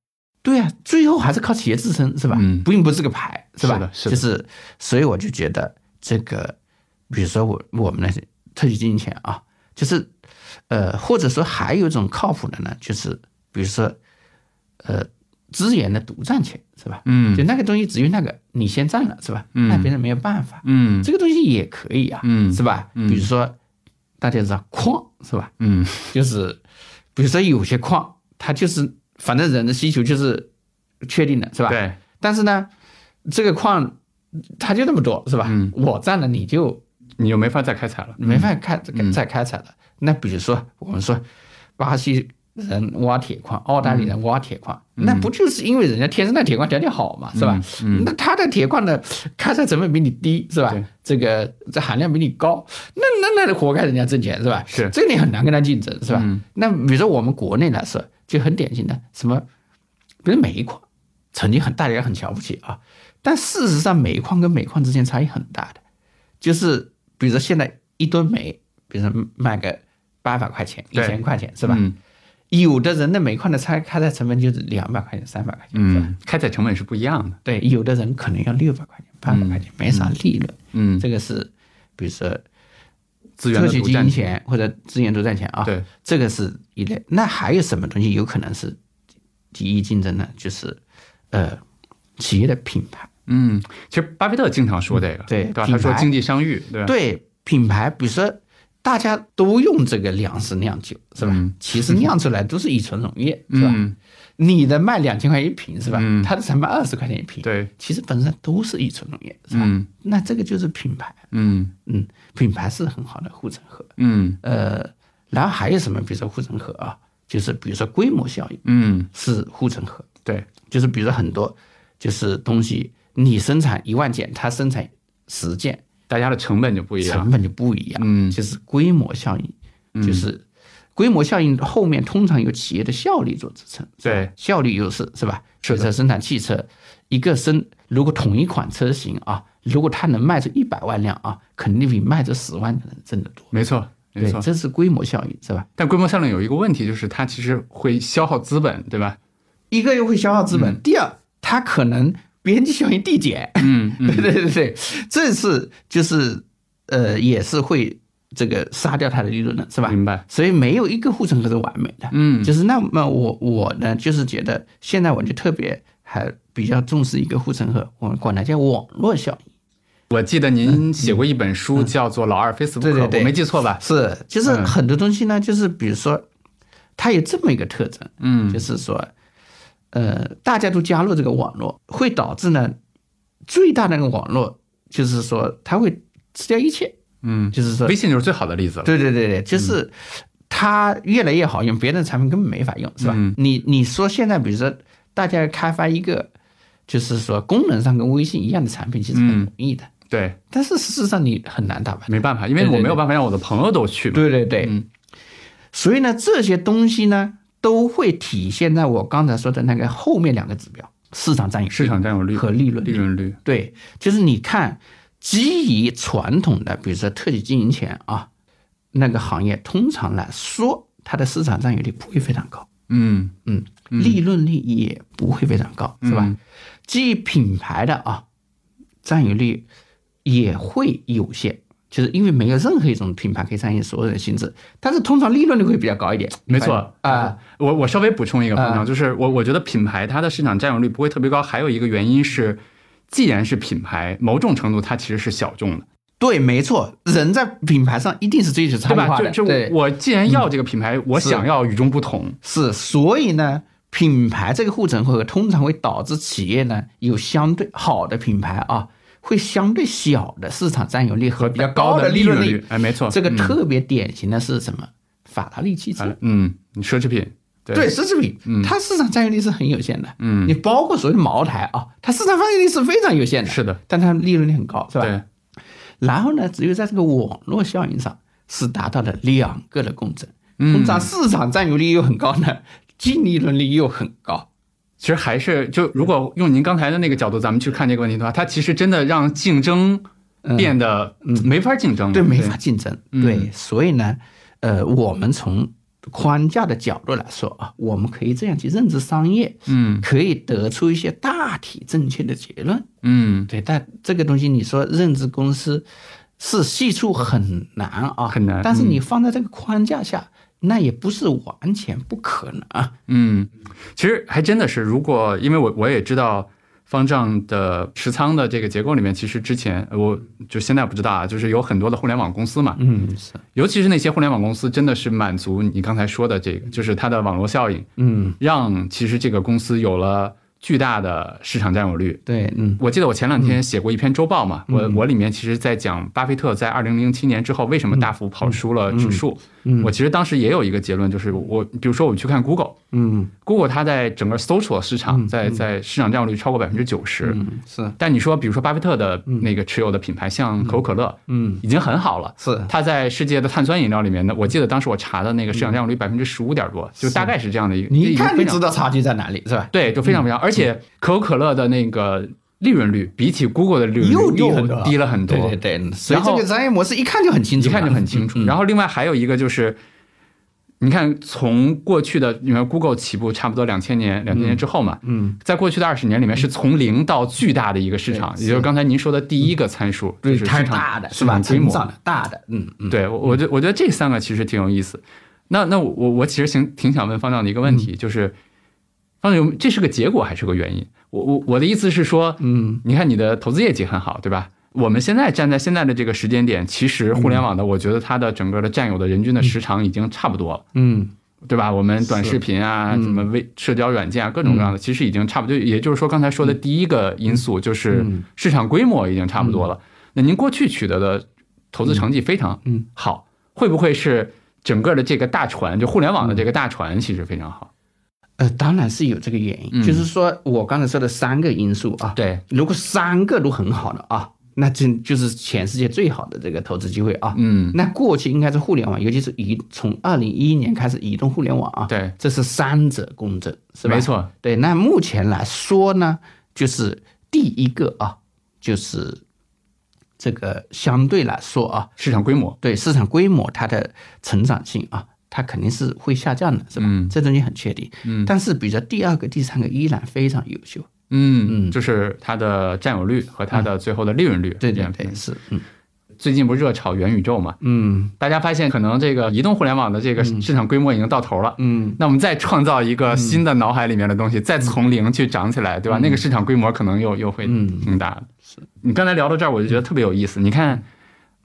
对啊，最后还是靠企业自身，是吧？
嗯
并不是个牌，是吧？
是的是的
就是，所以我就觉得这个，比如说我我们那些特许经营权啊，就是，呃，或者说还有一种靠谱的呢，就是比如说，呃，资源的独占权，是吧？
嗯
就那个东西只有那个你先占了是吧？
嗯
那别人没有办法，
嗯
这个东西也可以啊，
嗯
是吧？比如说大家知道矿是吧？
嗯
就是比如说有些矿，它就是反正人的需求就是确定的是吧？。
对，
但是呢，这个矿它就那么多是吧？
嗯
我占了你就
你就没法再开采了。
没法开再
嗯
再开采了。那比如说我们说巴西。人挖铁矿，澳大利亚
嗯
人挖铁矿，那不就是因为人家天生的铁矿条件好嘛，是吧？那他的铁矿的开采成本比你低，是吧
嗯对？
这个这含量比你高，那那那活该人家挣钱，是吧？
是嗯
这个你很难跟他竞争，是吧？那比如说我们国内来说，就很典型的什么，比如煤矿，曾经很大家很瞧不起啊，但事实上煤矿跟煤矿之间差异很大的，就是比如说现在一吨煤，比如说卖个八百块钱、一
对
千块钱，是吧？
嗯
有的人的煤矿的开开采成本就是两百块钱、三百块钱，是吧？
嗯，开采成本是不一样的。
对，有的人可能要六百块钱、八百块钱，没啥利润。
嗯，
这个是，比如说
资源
特
的
许
独
经
占
营。权或者资源独占权啊，
对，
这个是一类。那还有什么东西有可能是第一竞争呢？就是呃，企业的品牌。
嗯，其实巴菲特经常说这个，
嗯对
对吧？
品
他说
牌
经济商誉，对吧？
对品牌，比如说大家都用这个粮食酿酒，是吧？其实酿出来都是乙醇溶液，是吧？
嗯
你的卖两千块一瓶，是吧？
嗯
它的成本二十块钱一瓶，
对，
其实本身都是乙醇溶液，是吧？
嗯
那这个就是品牌，
嗯
嗯，品牌是很好的护城河。
嗯
呃，然后还有什么？比如说护城河啊，就是比如说规模效应
嗯，
是护城河，
对，
就是比如说很多就是东西，你生产一万件，它生产十件，
大家的成本就不一样。
成本就不一样。嗯
嗯
就是规模效应，就是规模效应后面通常有企业的效率做支撑，
对，
效率优势是吧？汽车生产汽车，一个生如果同一款车型啊，如果它能卖出一百万辆啊，肯定比卖出十万辆挣得多。
没错，没
对
错，。
这是规模效应是吧？
但规模效应有一个问题，就是它其实会消耗资本，对吧？
一个又会消耗资本，第二它可能边际效应递减。
嗯
对 对对对，这次就是呃也是会这个杀掉它的利润的，是吧？
明白。
所以没有一个护城河是完美的。
嗯
就是那么我我呢，就是觉得现在我就特别还比较重视一个护城河，我们管它叫网络效应。
我记得您写过一本书，叫做《老二非死不
嗯对
可
对》，对
我没记错吧？
是，就是
嗯
很多东西呢，就是比如说，它有这么一个特征，
嗯
就是说，呃，大家都加入这个网络，会导致呢，最大的那个网络就是说，它会吃掉一切，
嗯，
就是说
微，信就是最好的例子了。
对对对对，就是它越来越好用，别的产品根本没法用，是吧？
嗯
你你说现在，比如说大家开发一个，就是说功能上跟微信一样的产品，其实很
嗯
容易的，
对，
但是事实上你很难打败。
没办法，因为
对对
我没有
对
办法让我的朋友都去嘛。
对对对，
嗯
所以呢，这些东西呢都会体现在我刚才说的那个后面两个指标：市场占有率
市场占有率
和利润
利
率。
润率，
对，就是你看，基于传统的，比如说特许经营权啊，那个行业通常来说，它的市场占有率不会非常高，
嗯
嗯，利润率也不会非常高，是吧？
嗯
基于品牌的啊，占有率也会有限。就是因为没有任何一种品牌可以参与所有的心智，但是通常利润率会比较高一点。
没错
啊，
我我稍微补充一个方向，就是我我觉得品牌它的市场占有率不会特别高，还有一个原因是，既然是品牌，某种程度它其实是小众的，
对，没错，人在品牌上一定是追求差
对
异
吧？
化
就
的，
就
对，
我既然要这个品牌，我
是
想要与众不同，
是，所以呢，品牌这个护城河通常会导致企业呢有相对好的品牌啊，会相对小的市场占有率和比较高的
利
润
率，哎，没错，
这个
嗯
特别典型的是什么？法拉利汽车，
嗯，奢侈品，
对，奢侈品，它市场占有率是很有限的。
嗯
你包括所谓的茅台啊，它市场占有率是非常有限的。
是的，
但它利润率很高，是吧？
对，
然后呢，只有在这个网络效应上是达到了两个的共振，
嗯
通常市场占有率又很高呢，净利润率又很高。
其实还是就如果用您刚才的那个角度，咱们去看这个问题的话，它其实真的让竞争变得没法竞争了，
嗯对，没法竞争。
嗯
对，所以呢，呃，我们从框架的角度来说啊，我们可以这样去认知商业，
嗯
可以得出一些大体正确的结论。
嗯，
对，但这个东西你说认知公司是系数很难啊，
很难
但是你放在这个框架下，那也不是完全不可能啊。
嗯，其实还真的是，如果因为我我也知道方丈的持仓的这个结构里面，其实之前呃我就现在不知道啊，就是有很多的互联网公司嘛，
嗯，是，
尤其是那些互联网公司，真的是满足你刚才说的这个，就是它的网络效应，
嗯，
让其实这个公司有了巨大的市场占有率。
对，嗯，
我记得我前两天写过一篇周报嘛，我我里面其实在讲巴菲特在二零零七年之后为什么大幅跑输了指数。
嗯
我其实当时也有一个结论，就是我比如说我去看 Google。
嗯，
Google 它在整个搜索市场，在在市场占有率超过百分之九十。
嗯，是，
但你说，比如说巴菲特的那个持有的品牌，像可口可乐，
嗯，
已经很好了。
是，
它在世界的碳酸饮料里面呢，我记得当时我查的那个市场占有率百分之十五点多，就大概是这样的一个。
嗯你
这
一
已经
看
非
就
常
知道嗯差距在哪里，是吧？
对，就非常非常，而且可口可乐的那个利润率比起 Google 的利润率
又低很多
又低了很多，
对嗯对对，所以
然
这
后
个商业模式一看就很清楚
一
了，
看就很清楚。然后另外还有一个就是，你看从过去的你看 Google 起步差不多两千年，两千年之后嘛，
嗯，
在过去的二十年里面是从零到巨大的一个市场，
对嗯
也就是刚才您说的第一个参数，
对，
就是
它
市
是
场
大的，是
市
吧？
场规
成
模
长的大的，嗯嗯，
对我，我觉我觉得这三个其实挺有意思。那那我我我其实挺挺想问方丈的一个问
嗯
题，就是方丈有这是个结果还是个原因？我我我的意思是说，
嗯，
你看你的投资业绩很好，对吧？我们现在站在现在的这个时间点，其实互联
嗯
网的，我觉得它的整个的占有的人均的时长已经差不多了，
嗯，
对吧？我们短视频啊，什么微社交软件啊，各种各
嗯
样的，其实已经差不多。也就是说，刚才说的第一个因素就是
嗯
市场规模已经差不多了。那您过去取得的投资成绩非常
嗯
好，会不会是整个的这个大船，就互联网的这个大
嗯
船，其实非常好？
呃，当然是有这个原
嗯
因，就是说我刚才说的三个因素啊，
对，
如果三个都很好的啊，那真就是全世界最好的这个投资机会啊。
嗯，
那过去应该是互联网，尤其是移从二零一一年开始移动互联网啊，
对，
这是三者共振，是吧？
没。错，
对，那目前来说呢，就是第一个啊，就是这个相对来说啊，
市场规模，
对市场规模它的成长性啊，它肯定是会下降的，是吧？
嗯
这东西很确定。嗯，但是比如说第二个、第三个依然非常优秀。
嗯，就是它的占有率和它的最后的利润率，
嗯对对
这样
对，是，嗯，
最近不是热炒元宇宙嘛？
嗯
大家发现可能这个移动互联网的这个市场规模已经到头了。
嗯，
那我们再创造一个新的脑海里面的东西，再从零去长起来，对吧？那个市场规模可能又又会
嗯
挺大的。你刚才聊到这儿，我就觉得特别有意思。你看，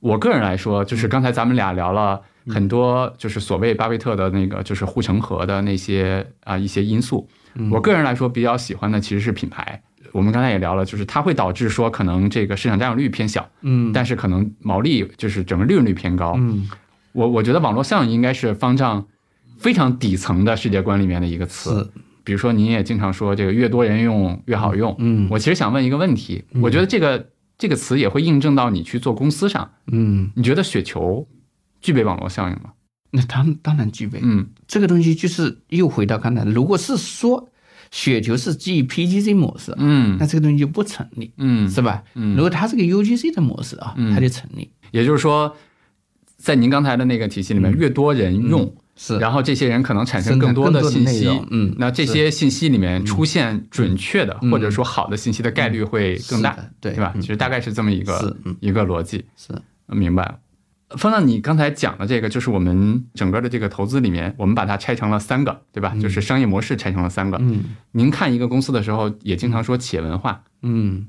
我个人来说，就是刚才咱们俩聊了很多，就是所谓巴菲特的那个就是护城河的那些啊、一些因素。我个人来说比较喜欢的其实是品牌。我们刚才也聊了，就是它会导致说可能这个市场占有率偏小，
嗯
但是可能毛利就是整个利润率偏高。
嗯
我我觉得网络效应应该是方丈非常底层的世界观里面的一个词。比如说，您也经常说这个越多人用越好用。
嗯
我其实想问一个问题，我觉得这个这个词也会印证到你去做公司上。
嗯，
你觉得雪球具备网络效应吗？
那当当然具备。
嗯
这个东西就是又回到刚才，如果是说雪球是基于 PGC 模式，
嗯
那这个东西就不成立，
嗯，
是吧？
嗯
如果它是个 UGC 的模式啊，
嗯
它就成立。
也就是说，在您刚才的那个体系里面，越多人用，
嗯是，
然后这些人可能产生
生产
更多的
更多的
信
内
息
容，嗯
那这些信息里面出现准确的或者说好的信息的概率
嗯
会更大
是的，对
吧？
嗯
其实大概是这么一个
是嗯
一个逻辑，呃
是，
明白了。方丈，你刚才讲的这个，就是我们整个的这个投资里面，我们把它拆成了三个，对吧？就是商业模式拆成了三个。
嗯
您看一个公司的时候，也经常说企业文化，
嗯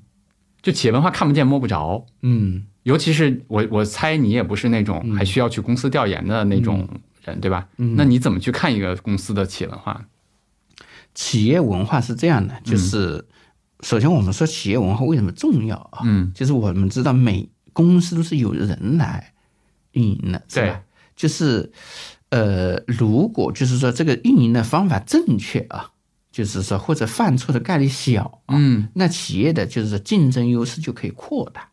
就企业文化看不见摸不着，
嗯，
尤其是我，我猜你也不是那种还需要去公司调研的那种
嗯
人，对吧？那你怎么去看一个公司的企业文化呢？
企业文化是这样的，就是首先我们说企业文化为什么重要啊？
嗯
就是我们知道每公司都是有人来运营的，是
对
吧？就是呃，如果就是说这个运营的方法正确啊，就是说或者犯错的概率小啊，
嗯
那企业的就是说竞争优势就可以扩大，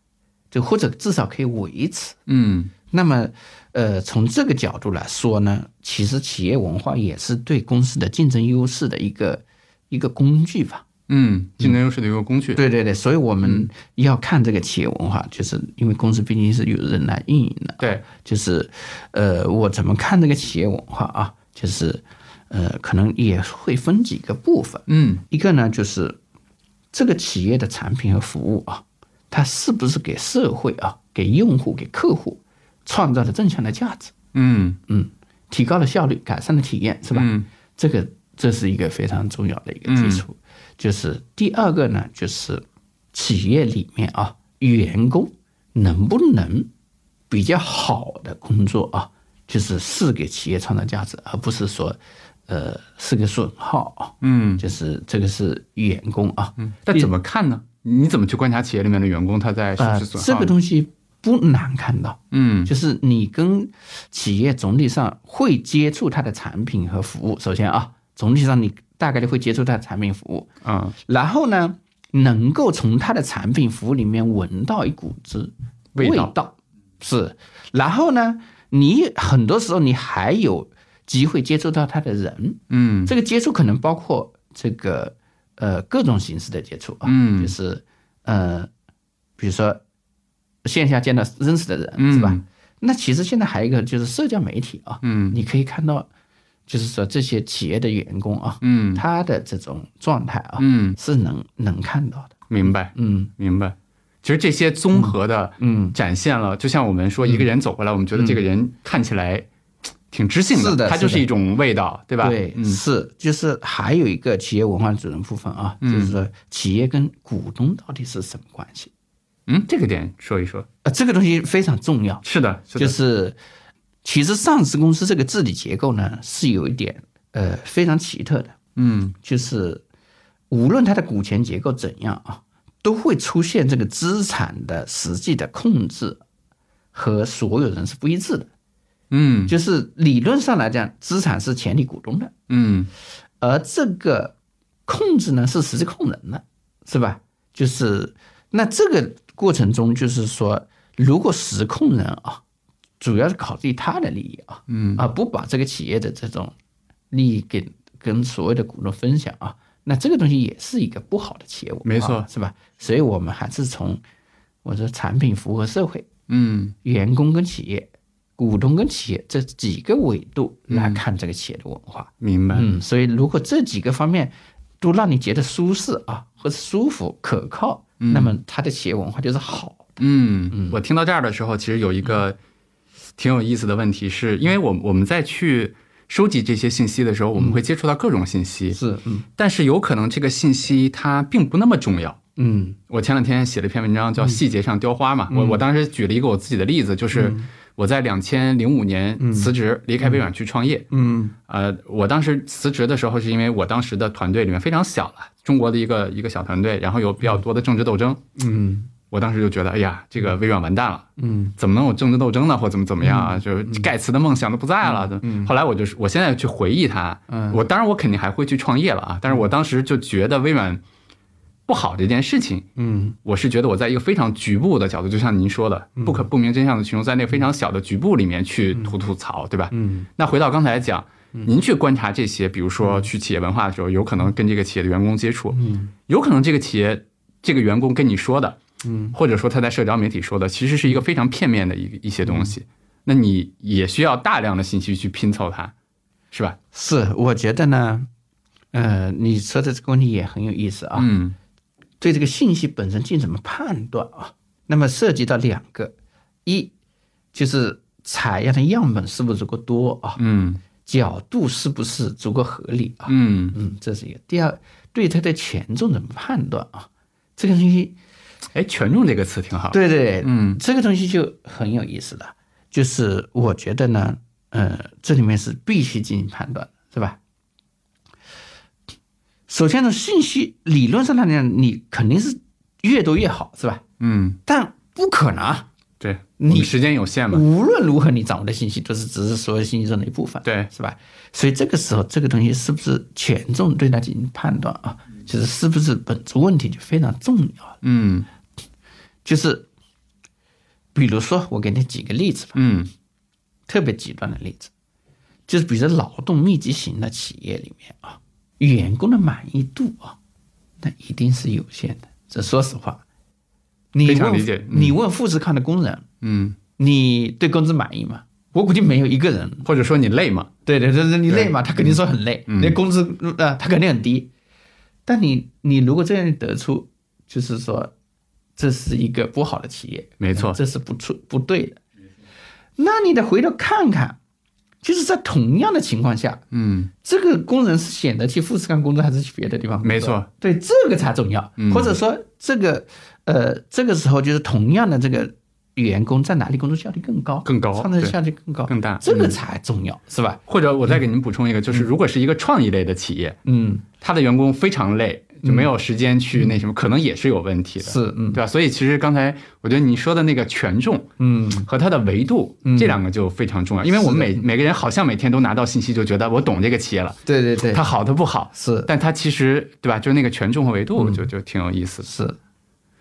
就或者至少可以维持。
嗯
那么，呃，从这个角度来说呢，其实企业文化也是对公司的竞争优势的一个一个工具吧。
嗯，竞争优势的一个工具。
对对对，所以我们要看这个企业文化，就是因为公司毕竟是有人来运营的，
对，
就是，呃，我怎么看这个企业文化啊？就是，呃，可能也会分几个部分，
嗯
一个呢就是这个企业的产品和服务啊，它是不是给社会啊、给用户、给客户创造了正向的价值？
嗯
嗯，提高了效率，改善了体验，是吧？
嗯
这个这是一个非常重要的一个基础。
嗯
就是第二个呢，就是企业里面啊，员工能不能比较好的工作啊，就是是给企业创造价值，而不是说，呃，是个损耗啊。
嗯，
就是这个是员工啊，
但怎么看呢？你怎么去观察企业里面的员工他在是不
呃，
是损
这
耗
个
呢？
东西不难看到，
嗯
就是你跟企业总体上会接触它的产品和服务。首先啊，总体上你大概率会接触它的产品服务，
啊
然后呢，能够从它的产品服务里面闻到一股子
味道
道，是。然后呢，你很多时候你还有机会接触到它的人，
嗯
这个接触可能包括这个呃各种形式的接触啊，
嗯
就是呃，比如说线下见到认识的人、是吧
嗯？
那其实现在还有一个就是社交媒体啊，
嗯
你可以看到，就是说这些企业的员工啊，
嗯
他的这种状态啊，
嗯，
是能能看到的，
明白
嗯
明白。其实这些综合的
嗯，
展现了，就像我们说一个人走过来，我们觉得这个人看起来嘖挺知性
是的
他就是
是的
一种味道，对吧？
对，
嗯
是就是还有一个企业文化组成部分啊，就是说企业跟股东到底是什么关系？
嗯，这个点说一说。
呃，这个东西非常重要，
是的，是的
就是其实上市公司这个治理结构呢是有一点呃非常奇特的，
嗯
就是无论它的股权结构怎样啊，都会出现这个资产的实际的控制和所有人是不一致的。
嗯
就是理论上来讲，资产是潜力股东的，
嗯
而这个控制呢是实际控人的，是吧？就是那这个过程中，就是说，如果实控人啊，主要是考虑他的利益啊，
嗯，
啊，不把这个企业的这种利益给跟所谓的股东分享啊，那这个东西也是一个不好的企业文化，
没错
是吧？所以我们还是从我说产品、服务和社会
嗯
员工跟企业、股东跟企业这几个维度
嗯
来看这个企业的文化。
明白。
嗯，所以如果这几个方面嗯都让你觉得舒适啊，或者舒服、可靠，那么它的企业文化就是好
嗯，我听到这儿的时候，其实有一
嗯
个挺有意思的问题是，因为我我们在去收集这些信息的时候，我们会接触到各种信息，
是，嗯
但是有可能这个信息它并不那么重要。
嗯
我前两天写了一篇文章叫《细节上雕花》嘛，我我当时举了一个我自己的例子，就是
嗯
我在两千零五年辞职离开微软去创业，
嗯
呃，我当时辞职的时候，是因为我当时的团队里面非常小了，中国的一个一个小团队，然后有比较多的政治斗争。
嗯
我当时就觉得，哎呀，这个微软完蛋了，
嗯
怎么能有政治斗争呢？或怎么怎么样啊？就是盖茨的梦想都不在了。后来我就是，我现在去回忆它，我当然我肯定还会去创业了啊，但是我当时就觉得微软不好这件事情，
嗯
我是觉得我在一个非常局部的角度，就像您说的，不可不明真相的群众，在那个非常小的局部里面去吐吐槽，对吧？
嗯
那回到刚才讲，您去观察这些，比如说去企业文化的时候，有可能跟这个企业的员工接触，
嗯
有可能这个企业这个员工跟你说的，
嗯，
或者说他在社交媒体说的，其实是一个非常片面的一一些东
嗯
西。那你也需要大量的信息去拼凑它，是吧？
是，我觉得呢，呃，你说的这个问题也很有意思啊。
嗯
对这个信息本身进行怎么判断啊？那么涉及到两个，一就是采样的样本是不是足够多啊？
嗯
角度是不是足够合理啊？
嗯，
嗯，这是一个。第二，对它的权重怎么判断啊？这个东西，
哎，权重这个词挺好。，
对对，
嗯
这个东西就很有意思了。就是我觉得呢，呃，这里面是必须进行判断的，是吧？首先呢，信息理论上来讲，你肯定是越多越好，是吧？
嗯，
但不可能啊，
对，
你
我们时间有限嘛。
无论如何你掌握的信息都是只是所有信息中的一部分，
对
是吧？所以这个时候，这个东西是不是权重对它进行判断啊？就是是不是本质问题就非常重要了。
嗯
就是比如说，我给你举个例子吧，
嗯
特别极端的例子，就是比如说劳动密集型的企业里面啊，员工的满意度啊，那一定是有限的。这说实话，你
非
问
常理解嗯
你问富士康的工人，
嗯，
你对工资满意吗？我估计没有一个人。
或者说你累嘛？
对对，就是你累嘛，他肯定说很累，
嗯
那工资呃，他肯定很低。但你你如果这样得出，就是说这是一个不好的企业，
没错
这是不出不对的。那你得回头看看，就是在同样的情况下，
嗯
这个工人是选择去富士康工作还是去别的地方工作？
没错，
对这个才重要。
嗯
或者说这个呃，这个时候就是同样的这个员工在哪里工作效率更高，
更高
创造
对
效率更高，
更大
这个才重要，是吧？
或者我再给您补充一个，就是如果是一个创意类的企业，
嗯，
他的员工非常累，就没有时间去那什么，可能也是有问题的，
是，嗯
对吧？所以其实刚才我觉得你说的那个权重
嗯，
和它的维度，这两个就非常重要，因为我们每每个人好像每天都拿到信息，就觉得我懂这个企业了，
对对对，
它好它不好，
是
但它其实对吧？就是那个权重和维
嗯
度就就挺有意思的。
是，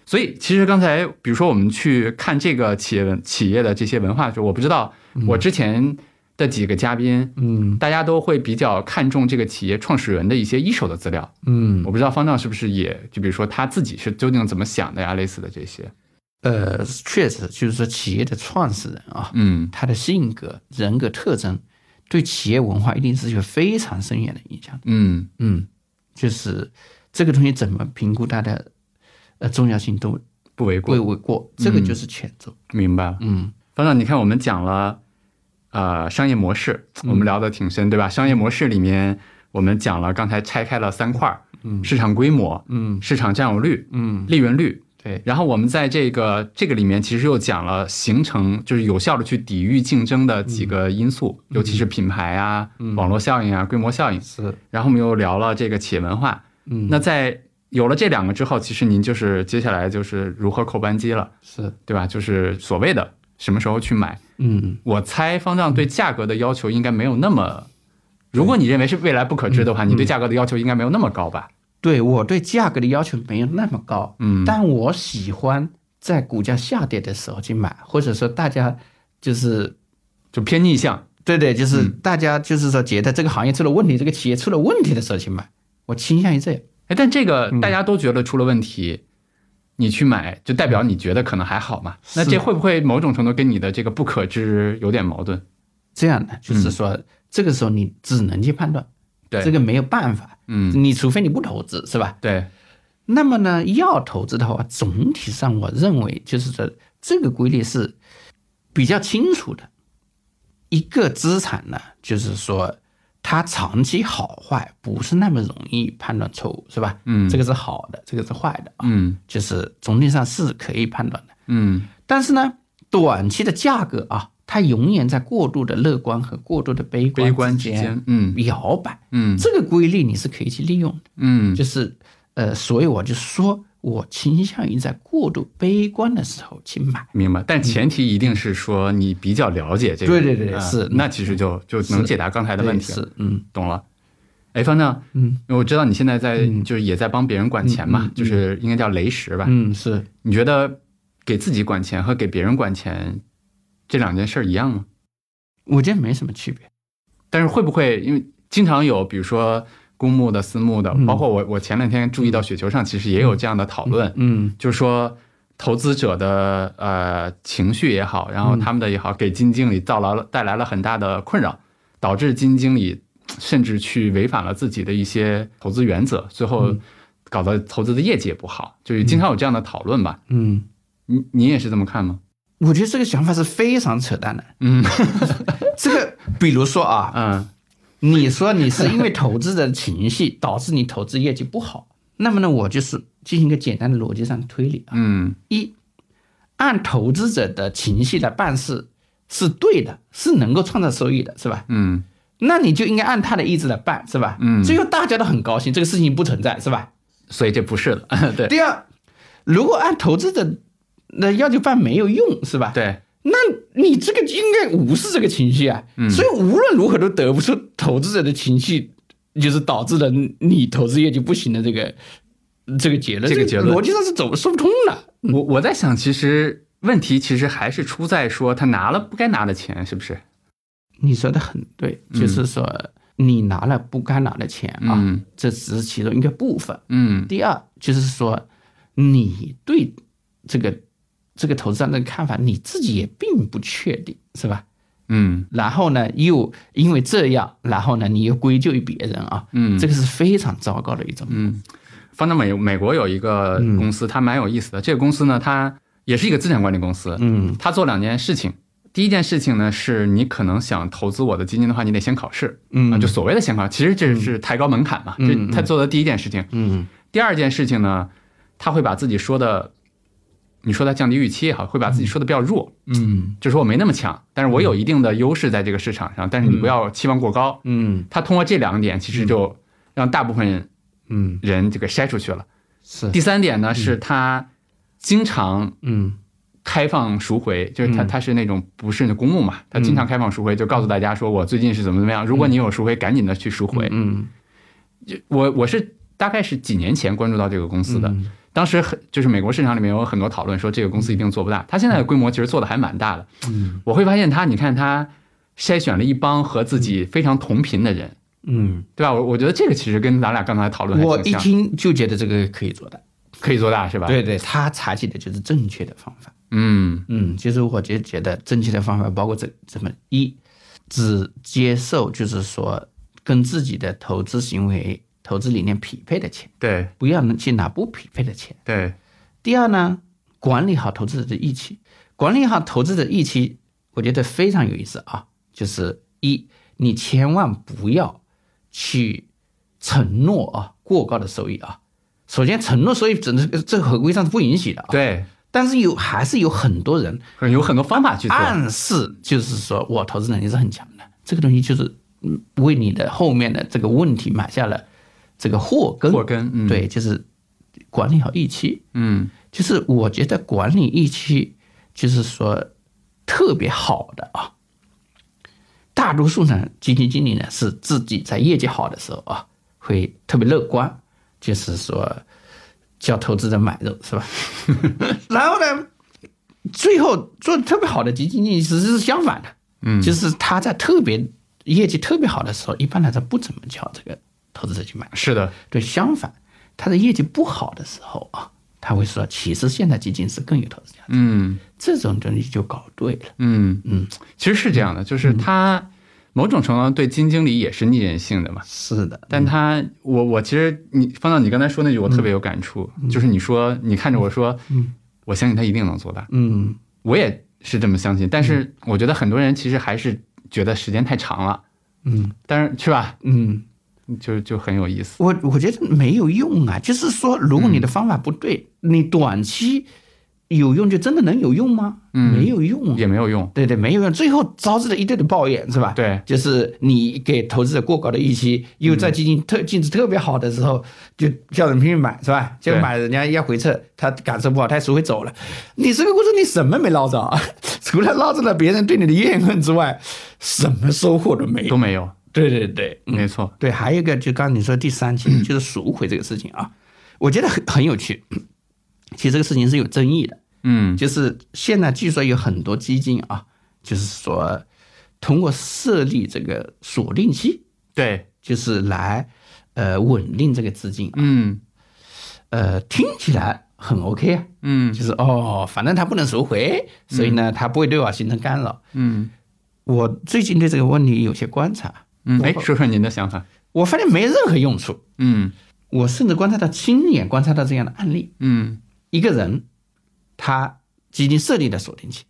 所以其实刚才，比如说我们去看这个企业文企业的这些文化的时候，我不知道我之前的几个嘉宾，
嗯
大家都会比较看重这个企业创始人的一些一手的资料。
嗯，
我不知道方丈是不是也就比如说他自己是究竟怎么想的呀，类似的这些。
呃，确实就是说，企业的创始人啊，
嗯
他的性格、人格特征，对企业文化一定是有非常深远的影响的。
嗯
嗯，就是这个东西怎么评估它的呃重要性都
不为
未
过，
为过，这个就是权重。
明白了。
嗯
方丈，你看我们讲了呃商业模式，
嗯
我们聊的挺深，对吧？商业模式里面我们讲了，刚才拆开了三块儿，市场规模、
嗯
市场占有率、
嗯，
利润率。
对，
然后我们在这个这个里面，其实又讲了形成就是有效的去抵御竞争的几个
嗯
因素，尤其是品牌啊、网络效应啊、规模效应。
是，
然后我们又聊了这个企业文化。
嗯，
那在有了这两个之后，其实您就是接下来就是如何扣扳机了，
是，
对吧？就是所谓的什么时候去买。
嗯
我猜方丈对价格的要求应该没有那么，如果你认为是未来
嗯
不可知的话，你对价格的要求应该没有那么高吧？
对我对价格的要求没有那么高，
嗯
但我喜欢在股价下跌的时候去买，或者说大家就是
就偏逆向。
对对，就是大家就是说觉得这个行业出了问题，这个企业出了问题的时候去买，我倾向于这样。
哎，但这个
嗯
大家都觉得出了问题。你去买，就代表你觉得可能还好嘛？那
嗯是
这会不会某种程度跟你的这个不可知有点矛盾？
这样的就是说，这个时候你只能去判断，
对
这个没有办法，
嗯，
你除非你不投资，是吧？
对，
那么呢，要投资的话，总体上我认为就是说这个规律是比较清楚的。一个资产呢，就是说它长期好坏不是那么容易判断错误，是吧？
嗯
这个是好的，这个是坏的啊，
嗯
就是总体上是可以判断的。
嗯
但是呢，短期的价格啊，它永远在过度的乐观和过度的悲观
悲观之
间
间嗯
摇摆。
嗯
这个规律你是可以去利用的。
嗯
就是呃，所以我就说我倾向于在过度悲观的时候去买。
明白，但前提一定是说你比较了解这个，
嗯对对对
啊
是嗯
那其实就就能解答刚才的问题
对
了
是，嗯
懂了。哎，方正，
嗯
因为我知道你现在在、就是也在帮别人管钱嘛，
嗯嗯嗯
就是应该叫雷石吧？
嗯，是
你觉得给自己管钱和给别人管钱这两件事儿一样吗？
我觉得没什么区别。
但是会不会因为经常有，比如说公募的、私募的，
嗯
包括我我前两天注意到雪球上其实也有这样的讨论，
嗯
就是说投资者的呃情绪也好，然
嗯
后他们的也好，给基金经理造了带来了很大的困扰，导致基金经理甚至去违反了自己的一些投资原则，最
嗯
后搞得投资的业绩也不好，就是经常有这样的讨论吧。
嗯，
你你也是这么看吗？
我觉得这个想法是非常扯淡的。
嗯
这个比如说啊，
嗯
你说你是因为投资者的 情绪导致你投资业绩不好，那么呢，我就是进行一个简单的逻辑上的推理啊。
嗯
一，按投资者的情绪来办事是对的，是能够创造收益的，是吧？
嗯
那你就应该按他的意志来办，是吧？
嗯
最后大家都很高兴，这个事情不存在，是吧？
所以这不是了， 对
第二，如果按投资者的要求办没有用，是吧？，
对，
那你这个应该无视这个情绪啊。
嗯
所以无论如何都得不出投资者的情绪，就是导致了你投资业绩不行的这个这个结论。
这个结论
逻辑上是走说不通的。
我我在想，其实问题其实还是出在说他拿了不该拿的钱，是不是？
你说的很对，就是说、你拿了不该拿的钱啊，
嗯
这只是其中一个部分。
嗯
第二就是说，你对这个这个投资上的看法，你自己也并不确定，是吧？
嗯
然后呢，又因为这样，然后呢，你又归咎于别人啊，
嗯
这个是非常糟糕的一种，
嗯，反正美美国有一个
嗯
公司，它蛮有意思的。这个公司呢，它也是一个资产管理公司，
嗯
它做两件事情。第一件事情呢，是你可能想投资我的基金的话，你得先考试，啊，
嗯
就所谓的先考试，其实这是抬高门槛嘛，这
嗯嗯
他做的第一件事情。
嗯
第二件事情呢，他会把自己说的，你说他降低预期也好，会把自己说的比较弱，
嗯
就说我没那么强，但是我有一定的优势在这个市场上，但是你不要期望过高。
嗯
他通过这两点，其实就让大部分
嗯，
人这个筛出去了。
是，
第三点呢，是他经常
嗯
开放赎回，就是他
嗯
他是那种不是公募嘛，他经常开放赎回，就告诉大家说我最近是怎么怎么样，如果你有赎回，赶紧的去赎回。
嗯
我我是大概是几年前关注到这个公司的，
嗯
当时很就是美国市场里面有很多讨论说这个公司一定做不大，它现在的规模其实做的还蛮大的。
嗯
我会发现它，你看它筛选了一帮和自己非常同频的人，
嗯，
对吧？我我觉得这个其实跟咱俩刚才讨论
我
还挺
一
像，
听就觉得这个可以做的，
可以做大是吧？，
对对，他采取的就是正确的方法。
嗯
嗯，其实我就觉得正确的方法包括这这么一，只接受就是说跟自己的投资行为、投资理念匹配的钱，
对
不要能去拿不匹配的钱。
对，
第二呢，管理好投资者的预期，管理好投资者的预期，我觉得非常有意思啊。就是一，你千万不要去承诺啊过高的收益啊。首先，承诺收益只是这合规上是不允许的啊。
对，
但是有还是有很多人
有很多方法去做。
暗示就是说我投资能力是很强的，这个东西就是嗯为你的后面的这个问题埋下了这个祸根。
祸根嗯
对，就是管理好预期。
嗯
就是我觉得管理预期，就是说特别好的啊，大多数呢基金经理呢是自己在业绩好的时候啊，会特别乐观，就是说叫投资者买入是吧？ 然后呢，最后做的特别好的基金经理其实是相反的，嗯，就是他在特别业绩特别好的时候，一般来说不怎么叫这个投资者去买，
是的，
对，相反，它的业绩不好的时候啊，他会说，其实现在基金是更有投资价值。
嗯
这种东西就搞对了。
嗯嗯，其实是这样的，就是他某种程度上对金经理也是逆人性的嘛。
是的，
但他，我我其实你放到你刚才说那句，我
嗯
特别有感触，就是你说你看着我说，我相信他一定能做到，
嗯，
我也是这么相信。但是我觉得很多人其实还是觉得时间太长了，
嗯，
但是是吧，
嗯。
就就很有意思。
我我觉得没有用啊，就是说，如果你的方法不对，
嗯
你短期有用就真的能有用吗？
嗯
没有用、啊
也。没有用，
对对，没有用，最后招致了一堆的抱怨，是吧？
对
就是你给投资者过高的预期，又在基金特净值特别好的时候，就叫人拼命买，是吧？结果
对
买人家要回撤，他感受不好，他赎回走了。你这个过程你什么没捞着啊？ 除了捞着了别人对你的怨恨之外，什么收获都没
都
有。
没有，
对对对，嗯。
没错，
对，还有一个就刚刚你说第三 期就是赎回这个事情啊，我觉得很很有趣。其实这个事情是有争议的，
嗯
就是现在据说有很多基金啊，就是说通过设立这个锁定期，
对，
就是来呃稳定这个资金啊，
嗯
呃听起来很 OK 啊，
嗯
就是哦，反正它不能赎回，所以呢，它不会对我形成干扰。
嗯
我最近对这个问题有些观察，
嗯，哎，说说您的想法，
我发现没任何用处。
嗯
我甚至观察到亲眼观察到这样的案例，
嗯
一个人他基金设立了锁定期，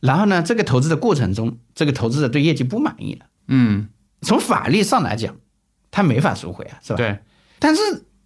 然后呢，这个投资的过程中，这个投资者对业绩不满意了，
嗯，
从法律上来讲，他没法赎回啊，是吧？。
对，
但是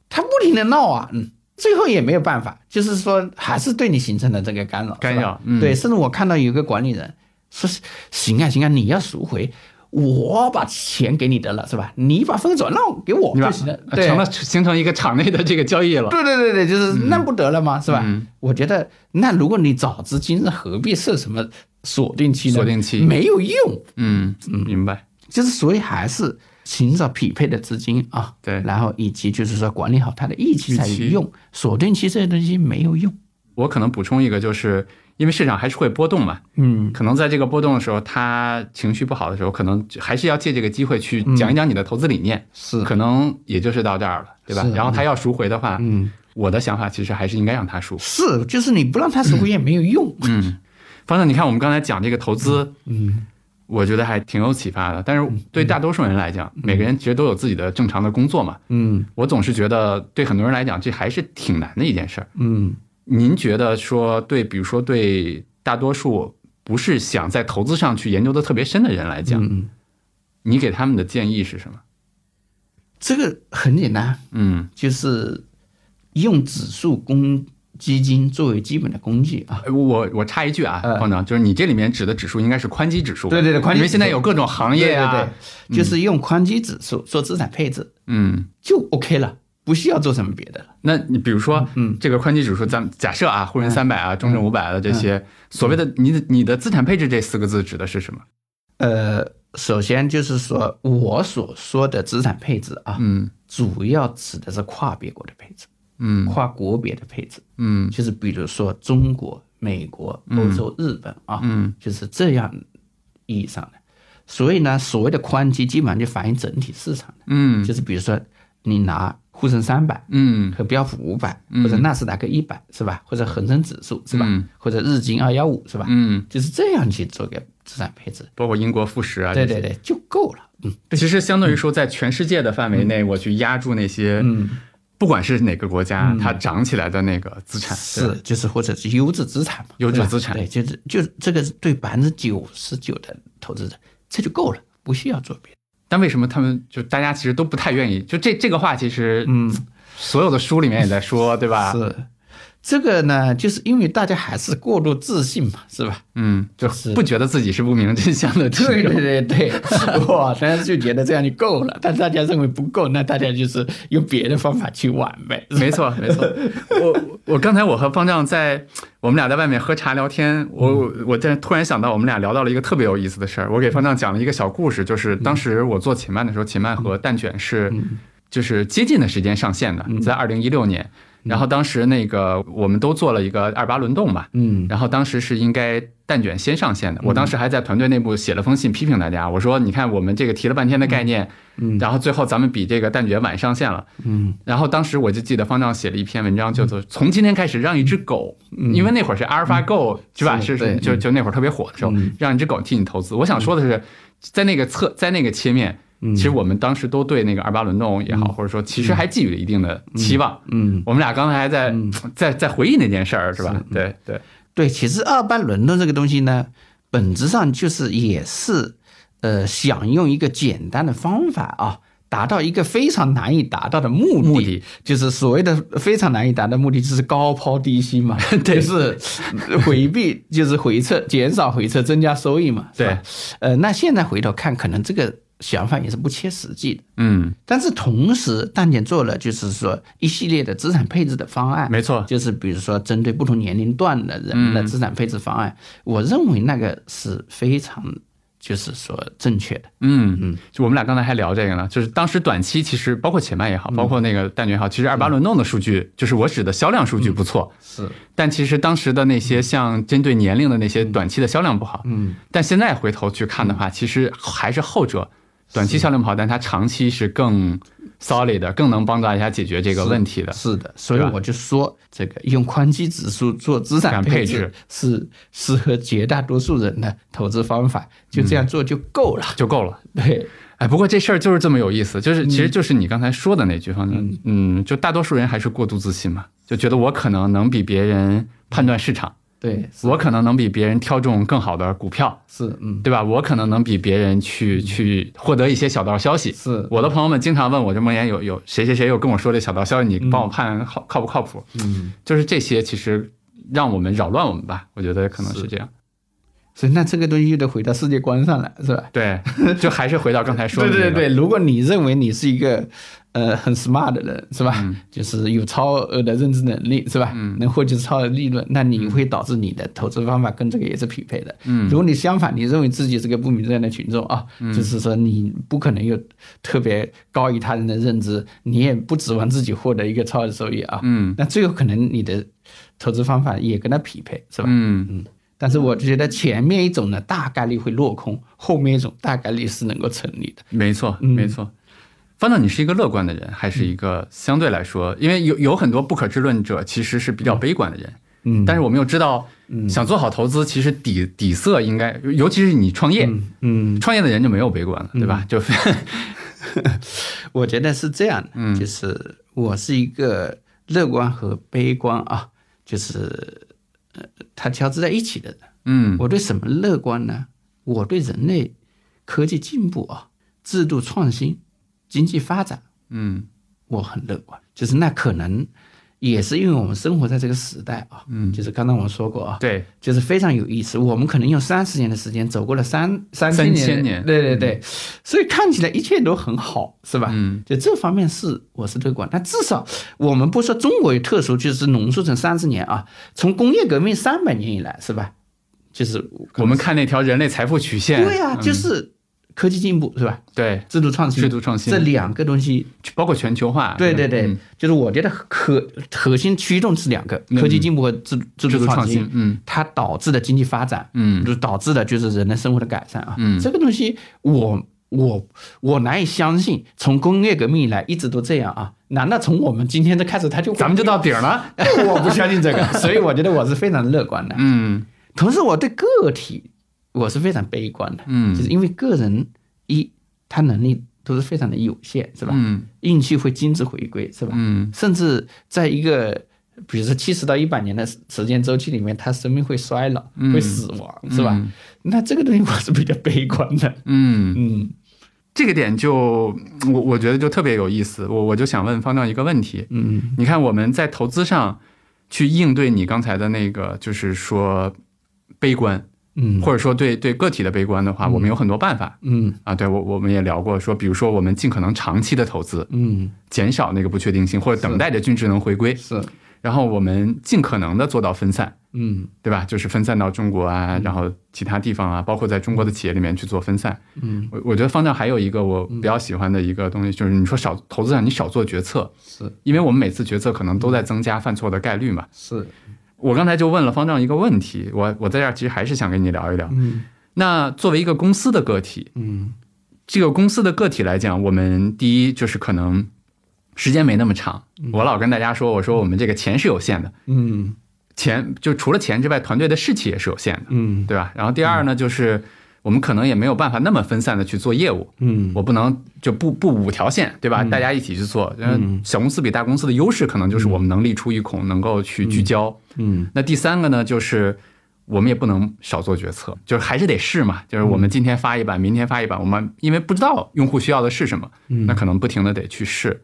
他不停的闹啊，嗯，最后也没有办法，就是说还是对你形成了这个干扰，
干
是吧
扰嗯
对，甚至我看到有个管理人说是，行啊行啊，你要赎回。我把钱给你得了，是吧？你把分转让给我
你把呃
就行了，对
成了形成一个场内的这个交易了，
对对对对，就是那不得了吗？是吧？
嗯
我觉得那如果你早知今日，何必设什么锁定期呢？
锁定期
没有用，
嗯，明白，
就是所以还是寻找匹配的资金啊，
对。
然后以及就是说管理好它的预期才
预
有
期
用，锁定期这些东西没有用。
我可能补充一个，就是因为市场还是会波动嘛，
嗯，
可能在这个波动的时候，他情绪不好的时候，可能还是要借这个机会去讲一讲你的投资理念，
嗯是
可能也就是到这儿了，对吧
是？
然后他要赎回的话，
嗯，
我的想法其实还是应该让他赎。
是，就是你不让它赎回也没有用。
嗯，方正，你看我们刚才讲这个投资，
嗯，
我觉得还挺有启发的。但是对大多数人来讲，每个人其实都有自己的正常的工作嘛，
嗯
我总是觉得对很多人来讲，这还是挺难的一件事儿。
嗯
您觉得说对，比如说对大多数不是想在投资上去研究的特别深的人来讲，
嗯，
你给他们的建议是什么？
这个很简单，
嗯，
就是用指数工基金作为基本的工具啊。
呃我我插一句啊，
呃
方长，就是你这里面指的指数应该是宽基指数吧，
对对对宽
因
基指
为
数
现在有各种行业啊，
对对对，就是用宽基指数做资产配置
嗯，
就 OK 了，不需要做什么别的了。
那你比如说，嗯，这个宽基指数，咱们假设啊，沪深三百啊，中证五百的这些所谓的你的你的资产配置这四个字指的是什么？
呃，首先就是说我所说的资产配置啊，
嗯
主要指的是跨别国的配置，
嗯
跨国别的配置，
嗯
就是比如说中国、美国、欧洲、日本啊，
嗯，
就是这样意义上的。所以呢，所谓的宽基基本上就反映整体市场的，
嗯
就是比如说你拿沪深三百，
嗯
和标普五百或者纳斯达克一百是吧？或者恒生指数是吧？或者日经二幺五是吧？
嗯，
就是这样去做个资产配置，
包括英国富时啊，
对对对，就够了。嗯，
其实相当于说，在全世界的范围内，我去压住那些，不管是哪个国家，它涨起来的那个资产，对吧，
是就是或者是优质资产嘛，
优质
是吧
资产
对，就是就这个对百分之九十九的投资者，这就够了，不需要做别的。
但为什么他们就大家其实都不太愿意？就这这个话，其实嗯，所有的书里面也在说，对吧？
是啊这个呢，就是因为大家还是过度自信嘛，是吧？
嗯，就是不觉得自己是不明真相 的这种，
对嗯对对对， 我当时就觉得这样就够了，但大家认为不够，那大家就是用别的方法去玩呗。
没错，没错。我我刚才我和方丈在我们俩在外面喝茶聊天，我我在突然想到，我们俩聊到了一个特别有意思的事儿。我给方丈讲了一个小故事，就是当时我做秦曼的时候，秦曼和蛋卷是就是接近的时间上线的，在二零一六年。然后当时那个我们都做了一个二八轮动嘛，
嗯
然后当时是应该蛋卷先上线的，我当时还在团队内部写了封信批评大家，我说你看我们这个提了半天的概念，
嗯
然后最后咱们比这个蛋卷晚上线了，
嗯，
然后当时我就记得方丈写了一篇文章，叫做“从今天开始让一只狗”，因为那会儿是阿尔法 Go 是吧？
是嗯
是
对
就就那会儿特别火的时候
嗯，
让一只狗替你投资。我想说的是，在那个侧在那个切面，
嗯
其实我们当时都对那个二八轮动也好，或者说其实还寄予了一定的期望。
嗯
我们俩刚才还在
嗯
在在回忆那件事儿是吧？对对，
对，其实二班轮动这个东西呢，本质上就是也是，呃，想用一个简单的方法啊，达到一个非常难以达到的目的，
目的
就是所谓的非常难以达到的目的，就是高抛低 吸嘛，就是回避，就是回撤，减少回撤，增加收益嘛，是吧？呃，那现在回头看，可能这个想法也是不切实际的。
嗯，
但是同时，蛋姐做了就是说一系列的资产配置的方案，
没错
就是比如说针对不同年龄段的人的资产配置方案，我认为那个是非常就是说正确的。
嗯嗯，就我们俩刚才还聊这个呢，就是当时短期其实包括且慢也
嗯
好，包括那个蛋卷也好，其实二八轮动的数据，就是我指的销量数据不错，
是
但其实当时的那些像针对年龄的那些短期的销量不好，
嗯，
但现在回头去看的话，其实还是后者，短期销量不好，但它长期是更 solid 的，更能帮大家解决这个问题的。
是的，所以我就说这个用宽基指数做资产配
资
置
产
是适合绝大多数人的投资方法，就这样做就够了。
就够了，
对，
哎，不过这事儿就是这么有意思，就是
嗯
其实就是你刚才说的那句方面，嗯，就大多数人还是过度自信嘛，就觉得我可能能比别人判断市场，
对，
我可能能比别人挑中更好的股票，
是，嗯，
对吧？我可能能比别人去去获得一些小道消息。
是
我的朋友们经常问我，这梦岩有有谁谁谁有跟我说这小道消息，
嗯
你帮我判靠靠不靠谱？嗯，就是这些其实让我们扰乱我们吧，我觉得可能是这样。
所以那这个东西又得回到世界观上来，是吧？
对，就还是回到刚才说的、
对
那个，
对对，如果你认为你是一个呃 很 smart 的人，是吧？就是有超额的认知能力，是吧？能获取超额利润，那你会导致你的投资方法跟这个也是匹配的。嗯，如果你相反，你认为自己是个不明认的群众啊，就是说你不可能有特别高于他人的认知，你也不指望自己获得一个超额收益啊。嗯，那最有可能你的投资方法也跟他匹配，是吧？
嗯，
但是我觉得前面一种呢大概率会落空，后面一种大概率是能够成立的。
没错，
嗯
没错。方正，你是一个乐观的人，还是一个相对来说，因为有有很多不可知论者其实是比较悲观的人，
嗯
但是我们又知道，想做好投资，其实底底色应该，尤其是你创业，
嗯，
创业的人就没有悲观了，对吧？ 就
我觉得是这样的，嗯，就是我是一个乐观和悲观啊，就是呃，它交织在一起的人。
嗯
我对什么乐观呢？我对人类科技进步啊、制度创新、经济发展，
嗯
我很乐观。就是那可能也是因为我们生活在这个时代啊，嗯，就是刚才我们说过啊，
对，
就是非常有意思。我们可能用三十年的时间走过了三三千年，
三千年
对对对，所以看起来一切都很好，是吧？
嗯，
就这方面是我是乐观，但至少我们不说中国有特殊，就是浓缩成三十年啊，从工业革命三百年以来，是吧？就是
我们看那条人类财富曲线，
对呀、就是科技进步是吧？
对，
制度创新，
嗯制度创新
这两个东西
包括全球化，
对对
吧
对，
嗯
就是我觉得核核心驱动是两个，科技进步和制制
制
度
度
创
创新嗯，
它导致的经济发展，
嗯
就导致的就是人的生活的改善啊，嗯，这个东西我我我难以相信，从工业革命以来一直都这样啊，难道从我们今天的开始它就
咱们就到底儿了，
我不相信这个， 所以我觉得我是非常乐观的，
嗯
同时，我对个体我是非常悲观的，
嗯
就是因为个人一他能力都是非常的有限，是吧？
嗯，
运气会均值回归，是吧？
嗯，
甚至在一个比如说七十到一百年的时时间周期里面，他生命会衰老，
嗯
会死亡，是吧？那这个东西我是比较悲观的，
嗯。
嗯
这个点就嗯我我觉得就特别有意思，我我就想问方丈一个问题，
嗯
你看我们在投资上去应对你刚才的那个，就是说悲观，
嗯
或者说对对个体的悲观的话，我们有很多办法
嗯
啊。对我我们也聊过，说比如说我们尽可能长期的投资，
嗯，
减少那个不确定性，或者等待着均值能回归，
是
然后我们尽可能的做到分散，
嗯
对吧？就是分散到中国啊，然后其他地方啊，包括在中国的企业里面去做分散。
嗯，
我我觉得方丈还有一个我比较喜欢的一个东西，就是你说少投资上你少做决策，
是
因为我们每次决策可能都在增加犯错的概率嘛。
是，
我刚才就问了方丈一个问题，我我在这儿其实还是想跟你聊一聊。
嗯
那作为一个公司的个体，
嗯
这个公司的个体来讲，我们第一就是可能时间没那么长。我老跟大家说，我说我们这个钱是有限的，
嗯
钱就除了钱之外，团队的士气也是有限的。
嗯
对吧？然后第二呢，就是我们可能也没有办法那么分散的去做业务，
嗯
我不能就不不五条线，对吧？大家一起去做。嗯，小公司比大公司的优势可能就是我们能力出一孔，能够去聚焦。
嗯
那第三个呢，就是。我们也不能少做决策，就是还是得试嘛。就是我
嗯
们今天发一版，明天发一版，我们因为不知道用户需要的是什么，
嗯
那可能不停的得去试。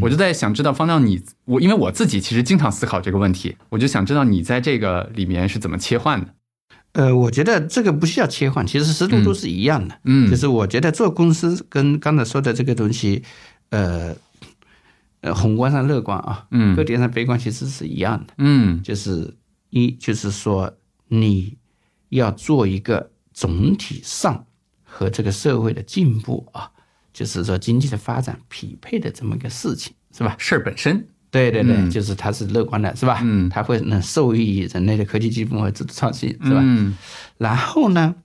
我就在想知道方丈你我，因为我自己其实经常思考这个问题，我就想知道你在这个里面是怎么切换的。
呃，我觉得这个不需要切换，其实思路都是一样的。
嗯
就是我觉得做公司跟刚才说的这个东西，呃，呃，宏观上乐观啊，
嗯
个体上悲观，其实是一样的。
嗯
就是一就是说你要做一个总体上和这个社会的进步啊，就是说经济的发展匹配的这么一个事情，是吧？
事儿本身。
对对对，
嗯
就是它是乐观的，是吧？
嗯
它会能受益于人类的科技进步和制度创新，是吧？
嗯
然后呢，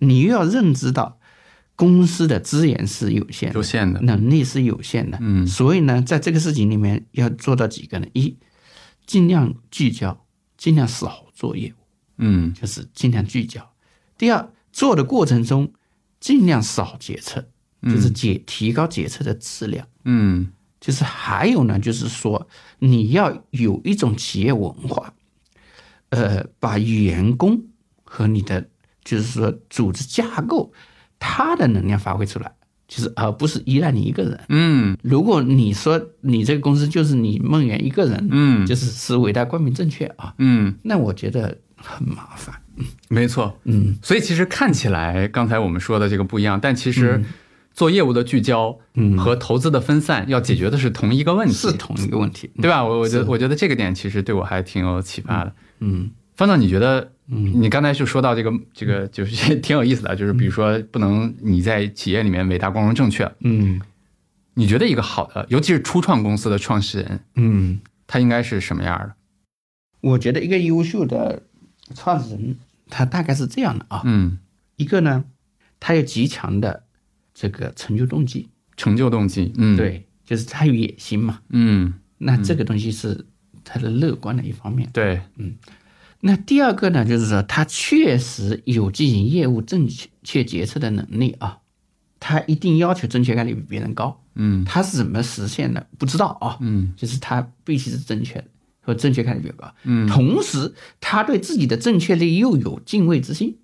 你又要认知到公司的资源是有限的
有，限的。
能力是有限的。
嗯
所以呢，在这个事情里面要做到几个呢？一，尽量聚焦，尽量少做业务，
嗯
就是尽量聚焦。第二，做的过程中尽量少决策，就是解提高决策的质量。
嗯
就是还有呢，就是说你要有一种企业文化，呃，把员工和你的就是说组织架构它的能量发挥出来，就是而不是依赖你一个人。
嗯
如果你说你这个公司就是你梦圆一个人，
嗯
就是是伟大光明正确啊，
嗯，
那我觉得很麻烦。
没错。嗯，所以其实看起来刚才我们说的这个不一样，但其实做业务的聚焦和投资的分散要解决的嗯是同嗯一个问题，
是同一个问题，
对吧？我我觉得我觉得这个点其实对我还挺有启发的。
嗯
方总，你觉得？你刚才就说到这个，这个就是挺有意思的，就是比如说不能你在企业里面伟大光荣正确，
嗯
你觉得一个好的，尤其是初创公司的创始人，
嗯。
他应该是什么样的？
我觉得一个优秀的创始人，他大概是这样的啊，
嗯，
一个呢，他有极强的这个成就动机，
成就动机，嗯，，
对，就是他有野心嘛。
嗯，
那这个东西是他的乐观的一方面。
对，
那第二个呢，就是说他确实有进行业务正确决策的能力啊，他一定要求正确概率比别人高。
嗯
他是怎么实现的？不知道啊，
嗯
就是他必须是正确的，和正确概率比较高。
嗯
同时他对自己的正确率又有敬畏之心，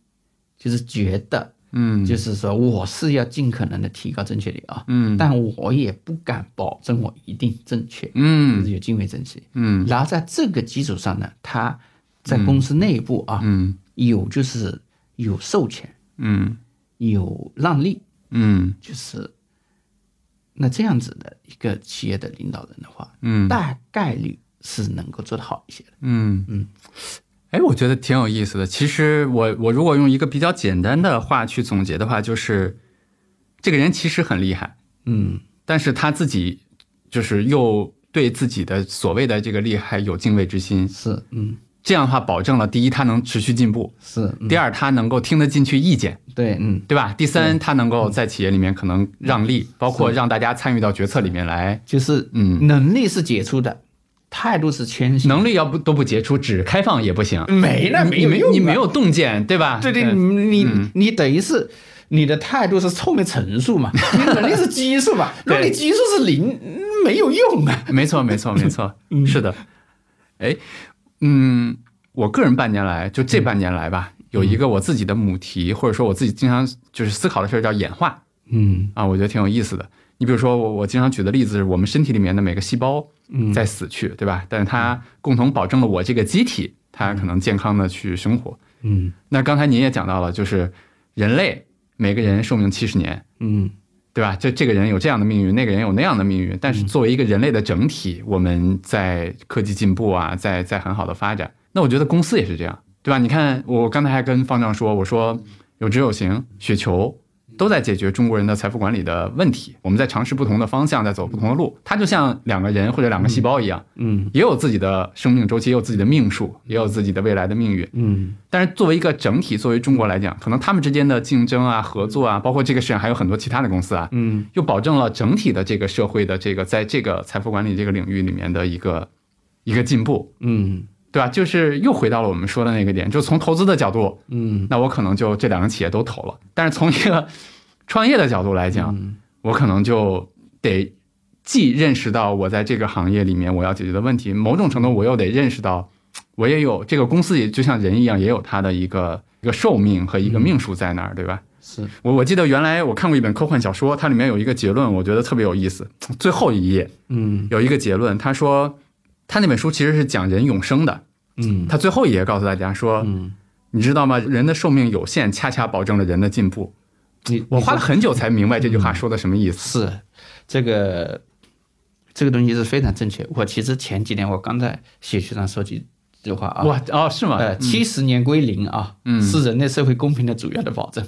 就是觉得，
嗯
就是说我是要尽可能的提高正确率啊，
嗯
但我也不敢保证我一定正确，就
嗯
是有敬畏之心。
嗯
然后在这个基础上呢，他在公司内部啊，
嗯
有就是有授权，
嗯
有让利，
嗯
就是那这样子的一个企业的领导人的话，
嗯
大概率是能够做得好一些的。
嗯嗯，哎，我觉得挺有意思的。其实我我如果用一个比较简单的话去总结的话，就是这个人其实很厉害，
嗯
但是他自己就是又对自己的所谓的这个厉害有敬畏之心，，
是，嗯
这样的话保证了第一他能持续进步，
是，嗯
第二他能够听得进去意见。
对，嗯，
对吧？第三，他能够在企业里面可能让利，包括让大家参与到决策里面来。
就是
嗯
能力是杰出的，态度是谦虚，
能力要不都不杰出，只开放也不行。
没了没
你
有
没
用啊
你没有洞见，对吧？
对对，
嗯
你你你等于是。你的态度是臭没陈述 嘛？你能力是基数 嘛？如果
对
你基数是零，嗯没有用啊。
没错没错没 错，
嗯
是的。哎，嗯，我个人半年来，就这半年来吧，
嗯
有一个我自己的母题，或者说我自己经常就是思考的事儿叫演化
嗯
啊，我觉得挺有意思的。你比如说我我经常举的例子是我们身体里面的每个细胞
嗯
在死去，对吧？但是它共同保证了我这个机体，它可能健康的去生活。
嗯
那刚才您也讲到了，就是人类每个人寿命七十年，
嗯
对吧？这这个人有这样的命运，那个人有那样的命运。但是作为一个人类的整体，我们在科技进步啊，在在很好的发展。那我觉得公司也是这样，对吧？你看，我刚才还跟方丈说，我说有知有行、雪球都在解决中国人的财富管理的问题。我们在尝试不同的方向，在走不同的路。它就像两个人或者两个细胞一样，
嗯
也有自己的生命周期，也有自己的命数，也有自己的未来的命运。
嗯
但是作为一个整体，作为中国来讲，可能他们之间的竞争啊、合作啊，包括这个市场还有很多其他的公司啊，
嗯
又保证了整体的这个社会的这个在这个财富管理这个领域里面的一个一个进步，
嗯
对吧？就是又回到了我们说的那个点，就从投资的角度，
嗯
那我可能就这两个企业都投了，但是从一个创业的角度来讲，我可能就得既认识到我在这个行业里面我要解决的问题，某种程度我又得认识到，我也有这个公司也就像人一样，也有它的一个一个寿命和一个命数在那儿，对吧？
是
我我记得原来我看过一本科幻小说，它里面有一个结论，我觉得特别有意思。最后一页
嗯
有一个结论，他说，他那本书其实是讲人永生的。
嗯
他最后一页告诉大家说，
嗯，
你知道吗？人的寿命有限，恰恰保证了人的进步。嗯
你
我花了很久才明白这句话说的什么意思。
是这个这个东西是非常正确。我其实前几年我刚在写学上说句这话啊，
哇哦，是吗？
呃，七十年归零啊，
嗯
是人类社会公平的主要的保证，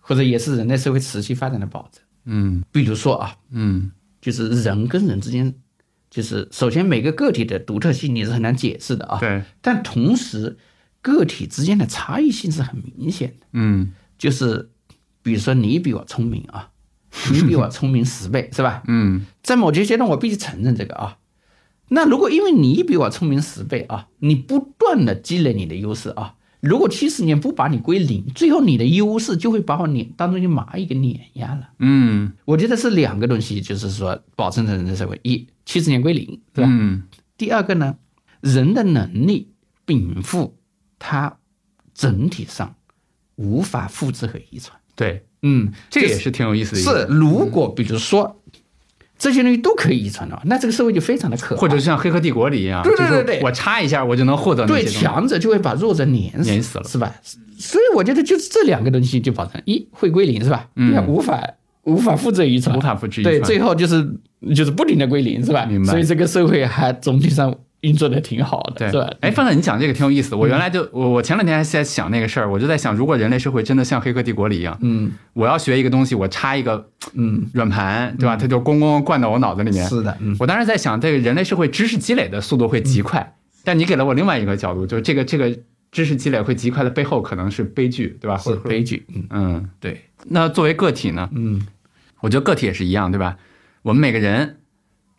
或者也是人类社会持续发展的保证。
嗯
比如说啊，
嗯
就是人跟人之间，就是首先每个个体的独特性你是很难解释的啊，
对，
但同时个体之间的差异性是很明显的，
嗯
就是比如说你比我聪明啊，你比我聪明十倍是吧？
嗯
在某些阶段我必须承认这个啊。那如果因为你比我聪明十倍啊，你不断的积累你的优势啊，如果七十年不把你归零，最后你的优势就会把我碾当中的蚂蚁给碾压了。
嗯
我觉得是两个东西，就是说保证着人的社会，一七十年归零，对吧？
嗯
第二个呢，人的能力禀赋，它整体上无法复制和遗传。
对，
嗯，
这个
就
也是挺有意思的一
是
个。，
如果比如说这些东西都可以遗传的话，那这个社会就非常的可怕。
或者就像《黑客帝国》里一样，
对对对
就
对
是我插一下我就能获得那些
对
东西。
强者就会把弱者碾死，
碾死了
是吧？所以我觉得就是这两个东西就保证一会归零，是吧？
嗯
第二无法无法复制遗传，
无法复制遗
对，
传
最后就是就是不停的归零，是吧？
明白
所以这个社会还总体上运作的挺好的，
对，
是吧？
哎，范总，你讲这个挺有意思。
嗯
我原来就我我前两天还在想那个事儿，我就在想，如果人类社会真的像《黑客帝国》里一样，
嗯
我要学一个东西，我插一个
嗯，
软盘，对吧？它就咣咣咣灌到我脑子里面。
是的，嗯，
我当时在想，这个人类社会知识积累的速度会极快，但你给了我另外一个角度，就是这个这个知识积累会极快的背后可能是悲剧，对吧？或
是
者说
悲剧，嗯，
嗯，
对，
那作为个体呢？
嗯
我觉得个体也是一样，对吧？我们每个人，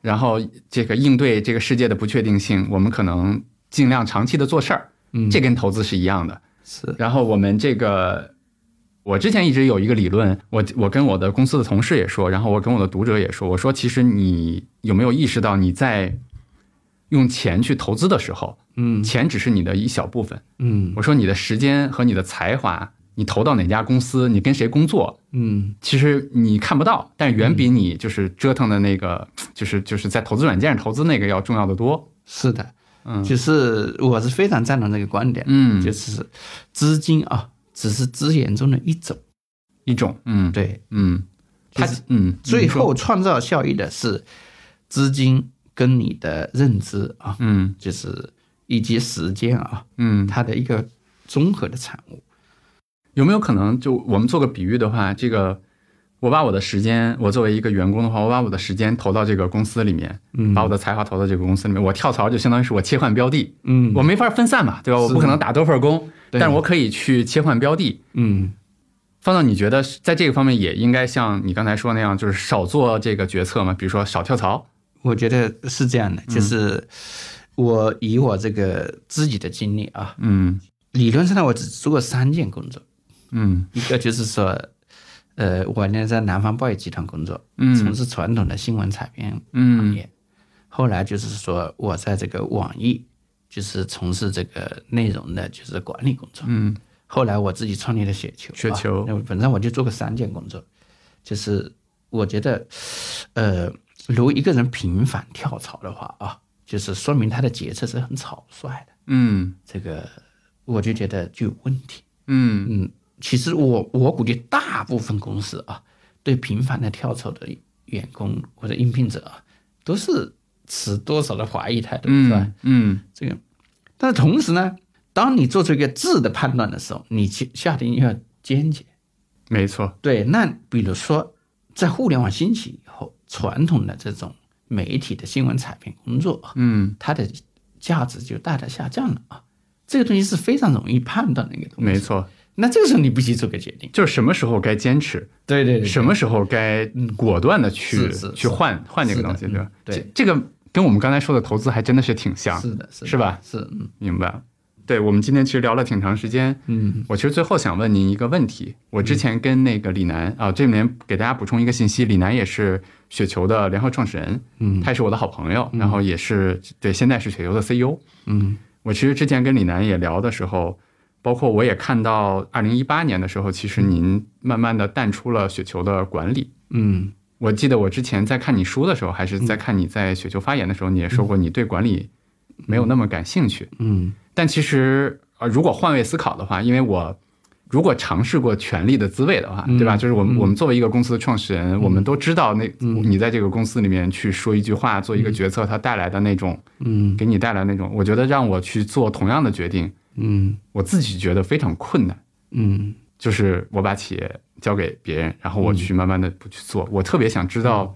然后这个应对这个世界的不确定性，我们可能尽量长期的做事儿，
嗯
这跟投资是一样的。
是，
然后我们这个，我之前一直有一个理论，我我跟我的公司的同事也说，然后我跟我的读者也说，我说其实你有没有意识到你在用钱去投资的时候，
嗯
钱只是你的一小部分。
嗯
我说你的时间和你的才华，你投到哪家公司，你跟谁工作，
嗯
其实你看不到，但远比你就是折腾的那个，就是就是在投资软件上投资那个要重要的多。
是的，
嗯
就是我是非常赞同这个观点，
嗯
就
就是
资金啊，只是资源中的一种，
一种，嗯，，
对，
嗯，它
就是
嗯，
最
你说，
后创造效益的是资金跟你的认知啊，
嗯
就是以及时间啊，
嗯，
它的一个综合的产物。
有没有可能就我们做个比喻的话，这个我把我的时间，我作为一个员工的话，我把我的时间投到这个公司里面，
嗯
把我的才华投到这个公司里面，我跳槽就相当于是我切换标的，
嗯
我没法分散嘛，对吧？我不可能打多份工，
对
但是我可以去切换标的，
嗯
方总，你觉得在这个方面也应该像你刚才说那样，就是少做这个决策吗？比如说少跳槽。
我觉得是这样的，就是我以我这个自己的经历啊，
嗯
理论上呢，我只做过三件工作，
嗯
一个就是说，呃，我呢在南方报业集团工作，
嗯
从事传统的新闻采编行
嗯
业，后来就是说我在这个网易，就是从事这个内容的，就是管理工作，
嗯
后来我自己创立了雪球，
雪球
啊那本身我就做过三件工作，就是我觉得，呃，如果一个人频繁跳槽的话啊，就是说明他的决策是很草率的，
嗯
这个我就觉得就有问题。
嗯
嗯，其实我我估计大部分公司啊，对频繁的跳槽的员工或者应聘者啊，都是持多少的怀疑态度，是吧？
嗯嗯
这个，但是同时呢，当你做出一个质的判断的时候，你去下定要坚决。
没错，
对，那比如说，在互联网兴起以后，传统的这种媒体的新闻采编工作，啊
嗯，
它的价值就大大下降了啊。这个东西是非常容易判断的一个东西。
没错，
那这个时候你必须做个决定。
就是什么时候该坚持，
对对
什么时候该果断的去
是是
去换换这个东西，
是的
对吧
嗯？对
这这个跟我们刚才说的投资还真的是挺像，
是的，是的
是吧？
是嗯
明白。对，我们今天其实聊了挺长时间。
嗯，
我其实最后想问您一个问题。我之前跟那个李楠啊，这里面给大家补充一个信息，李楠也是雪球的联合创始人，
嗯
他也是我的好朋友，然后也是对，现在是雪球的 CEO。
嗯
我其实之前跟李楠也聊的时候，包括我也看到，二零一八年的时候，其实您慢慢的淡出了雪球的管理。
嗯，
我记得我之前在看你书的时候，还是在看你在雪球发言的时候，你也说过你对管理没有那么感兴趣。
嗯
但其实呃，如果换位思考的话，因为我如果尝试过权力的滋味的话，对
嗯
吧？就是我们、我们作为一个公司的创始人，我们都知道那、
嗯
你在这个公司里面去说一句话、做一个决策，它带来的那种
嗯
给你带来那种，我觉得让我去做同样的决定，
嗯
我自己觉得非常困难。
嗯
就是我把企业交给别人，然后我去慢慢的去做。我特别想知
嗯
道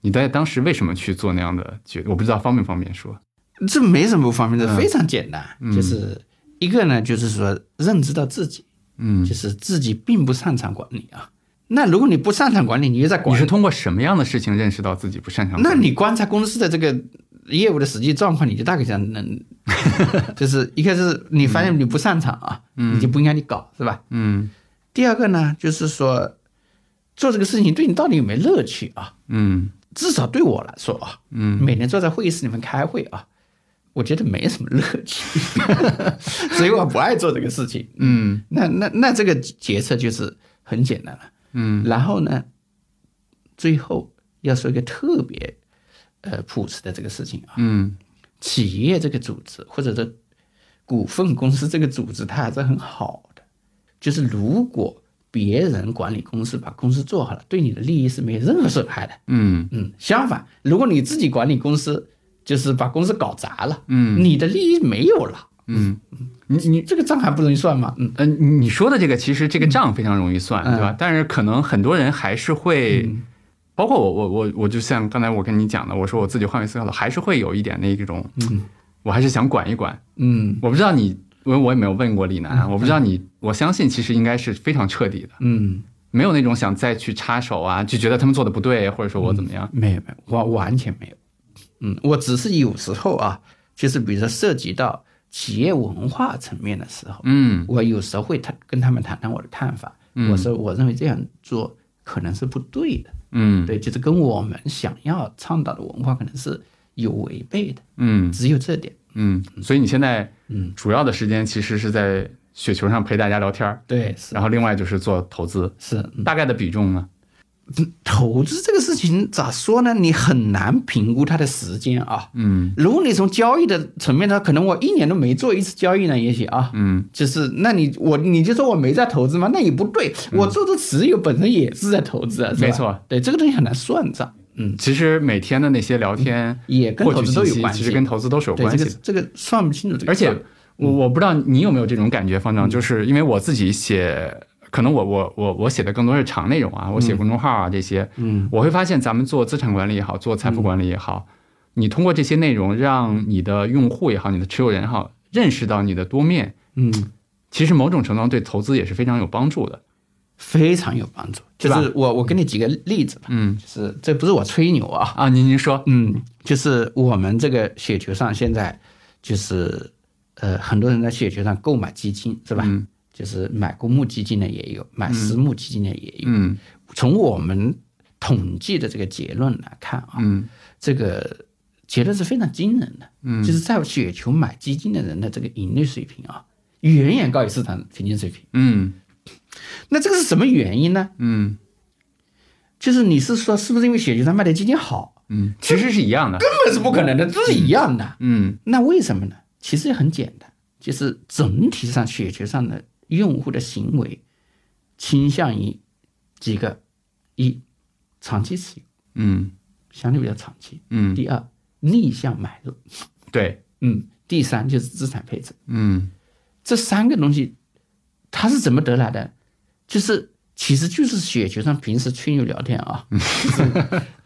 你在当时为什么去做那样的决，我不知道方不方便说。
嗯，这没什么不方便的，
嗯
非常简单，就是一个呢，就是说认知到自己，
嗯
就，是自己并不擅长管理啊。那如果你不擅长管理，你又在
你
管
是，通过什么样的事情认识到自己不擅长？
那你观察公司的这个业务的实际状况，你就大概想 能，就是一个是你发现你不擅长啊，你就不应该去搞，是吧？
嗯
第二个呢，就是说做这个事情对你到底有没有乐趣啊？
嗯
至少对我来说啊，
嗯，
每天坐在会议室里面开会啊，我觉得没什么乐趣， 所以我不爱做这个事情。
嗯
那那那这个决策就是很简单了。
嗯，
然后呢，最后要说一个特别呃朴实的这个事情啊，
嗯
企业这个组织或者说股份公司这个组织，它还是很好的。就是如果别人管理公司，把公司做好了，对你的利益是没有任何损害的。
嗯
嗯，相反，如果你自己管理公司，就是把公司搞砸了，
嗯，
你的利益没有了，
嗯，你你
这个账还不容易算吗？嗯，
嗯、你你说的这个，其实这个账非常容易算，
嗯
对吧？但是可能很多人还是会，包括我我我我就像刚才我跟你讲的，我说我自己换位思考的，还是会有一点那种，我还是想管一管。
嗯
我不知道你，因为我也没有问过李楠，啊我不知道你，我相信其实应该是非常彻底的，
嗯，
没有那种想再去插手啊，就觉得他们做的不对，或者说我怎么样。
没有没有，我完全没有。嗯，我只是有时候啊，就是比如说涉及到企业文化层面的时候，
嗯
我有时候会谈跟他们谈谈我的看法。我说我认为这样做可能是不对的，
嗯
对，就是跟我们想要倡导的文化可能是有违背的，
嗯
只有这点。
嗯，所以你现在
嗯
主要的时间其实是在雪球上陪大家聊天儿，
对，是
然后另外就是做投资，
是，嗯
大概的比重呢？
投资这个事情咋说呢？你很难评估它的时间啊。
嗯
如果你从交易的层面呢，可能我一年都没做一次交易呢，也许啊，
嗯
就是那你我你就说我没在投资吗？那也不对，我做的持有本身也是在投资啊，是
嗯
吧
没错，
对这个东西很难算账，嗯，
其实每天的那些聊天
也跟
获
投
取
资
信
都有
息，
关系，
其实跟投资都是有
对
关系
这个嗯
的。
这个算不清楚这个
而
账，
且我我不知道你有没有这种感觉，方
嗯
丈，就是因为我自己写，可能我我我我写的更多是长内容啊，我写公众号啊这些，
嗯，
我会发现咱们做资产管理也好，做财富管理也好，你通过这些内容让你的用户也好，你的持有人也好，认识到你的多面，
嗯，
其实某种程度上对投资也是非常有帮助的。
非常有帮助。
是
就
吧
是我我给你几个例子吧，
嗯
就是这不是我吹牛啊，
啊，您您说，
嗯，就是我们这个雪球上现在就是呃，很多人在雪球上购买基金是吧？
嗯
就是买公募基金的也有，买私募基金的也有。
嗯
从我们统计的这个结论来看啊，
嗯
这个结论是非常惊人的。嗯，就是在雪球买基金的人的这个盈利水平啊，远远高于市场平均水平。
嗯
那这个是什么原因呢？
嗯
就是你是说是不是因为雪球上卖的基金好？
嗯，其实是一样的。
根本是不可能的，这是一样的。
嗯
那为什么呢？其实也很简单，就是整体上雪球上的用户的行为倾向于几个：一、长期持有，
嗯
相对比较长期；
嗯，
第二，逆向买入，
对，
嗯；第三就是资产配置。
嗯
这三个东西，它是怎么得来的？就是其实就是雪球上平时吹牛聊天啊， 就是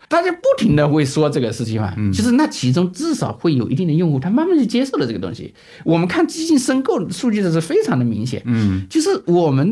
大家不停的会说这个事情嘛，就是那其中至少会有一定的用户，他慢慢就接受了这个东西。我们看基金申购数据的时候非常的明显，
嗯，
就是我们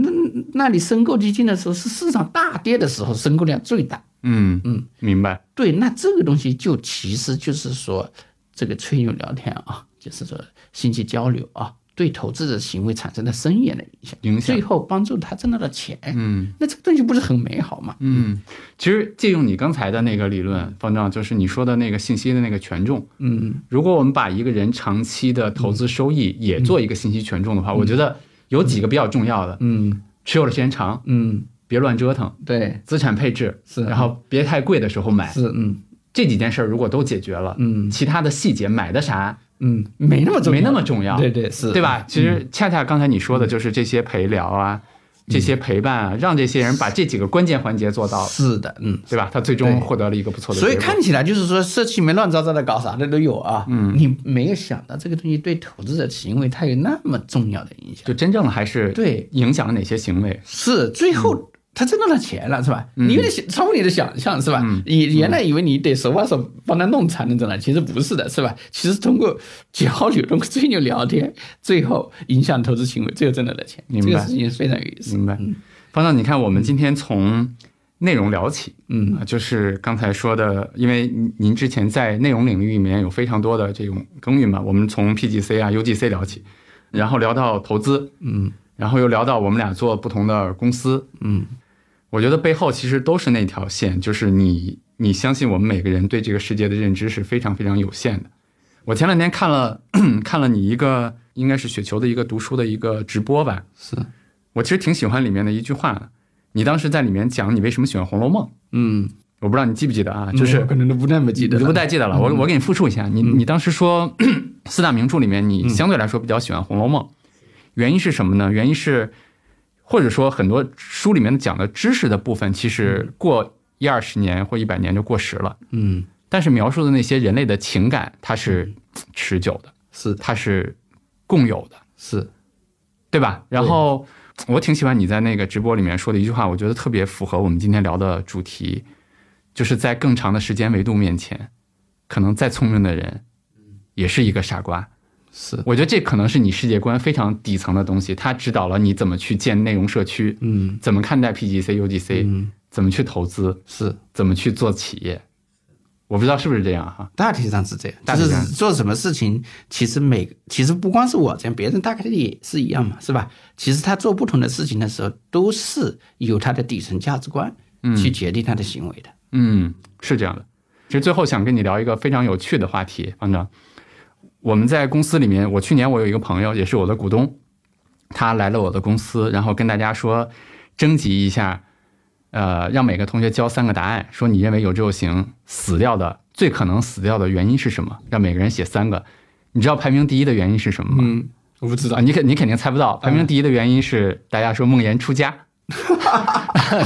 那里申购基金的时候是市场大跌的时候申购量最大，
嗯嗯，明白。
对，那这个东西就其实就是说这个吹牛聊天啊，就是说信息交流啊，对投资者行为产生了深远的影响，
影响
最后帮助他挣到了钱。
嗯，
那这个东西不是很美好吗？嗯，
其实借用你刚才的那个理论，方丈，就是你说的那个信息的那个权重。
嗯，
如果我们把一个人长期的投资收益也做一个信息权重的话，我觉得有几个比较重要的：
嗯
持有的时间长，
嗯，
别乱折腾；
对，
资产配置
是
然后别太贵的时候买。
是嗯
这几件事儿如果都解决了，
嗯
其他的细节买的啥
嗯，没那么重
没
要，
那么重要，
对嗯对是，
对？吧？其实恰恰刚才你说的就是这些陪聊啊，
嗯
这些陪伴啊，让这些人把这几个关键环节做到了，
是的，嗯。
对吧？他最终
对
获得了一个不错的结果。
所以看起来就是说，社区里面乱糟糟的搞啥的都有啊。嗯，你没有想到这个东西对投资者行为它有那么重要的影响。
就真正还是
对
影响了哪些行为？
是最
嗯
后他挣到了钱了，是吧？你有点想超乎你的想象，是吧？
嗯
你原来以为你得手把手帮他弄才能挣到，其实不是的，是吧？
嗯
其实通过交流、通过吹牛聊天，最后影响投资行为，最后挣到了钱。
明
这
白
个事情非常有意思。
明白？方丈，你看我们今天从内容聊起，嗯，就是刚才说的，因为您您之前在内容领域里面有非常多的这种耕耘嘛，我们从 PGC 啊、UGC 聊起，然后聊到投资，嗯，然后又聊到我们俩做不同的公司，
嗯，
我觉得背后其实都是那条线，就是你你相信我们每个人对这个世界的认知是非常非常有限的。我前两天看了 看了你一个应该是雪球的一个读书的一个直播吧，
是，
我其实挺喜欢里面的一句话的，你当时在里面讲你为什么喜欢《红楼梦》，
嗯，
我不知道你记不记得啊？就是
我可能都不那么记得
你
了
不太记得了，我我给你复述一下，你
嗯
你当时说四大名著里面，你相对来说比较喜欢《红楼梦》，原因是什么呢？原因是或者说很多书里面讲的知识的部分，其实过一二十年或一百年就过时了，
嗯，
但是描述的那些人类的情感，它是持久的，
是的
它是共有的。
是，
对吧？然后我挺喜欢你在那个直播里面说的一句话，我觉得特别符合我们今天聊的主题，就是在更长的时间维度面前，可能再聪明的人也是一个傻瓜。
是，
我觉得这可能是你世界观非常底层的东西，它指导了你怎么去建内容社区，
嗯，
怎么看待 PGC、UGC，怎么去投资，
是。
怎么去做企业。我不知道是不是这样哈？
大体上是这样，
大
但
体
是
上
做什么事情，其实每其实不光是我这样，别人大概也是
嗯
一样嘛，是吧？其实他做不同的事情的时候，都是有他的底层价值观去决定他的行为的。
嗯，是这样的。其实最后想跟你聊一个非常有趣的话题，方丈。我们在公司里面，我去年我有一个朋友，也是我的股东，他来了我的公司，然后跟大家说征集一下，呃，让每个同学交三个答案，说你认为有志有行死掉的最可能死掉的原因是什么？让每个人写三个。你知道排名第一的原因是什么吗？
嗯，我不知
啊，你肯你肯定猜不到，排
嗯
名第一的原因是大家说梦妍出 家。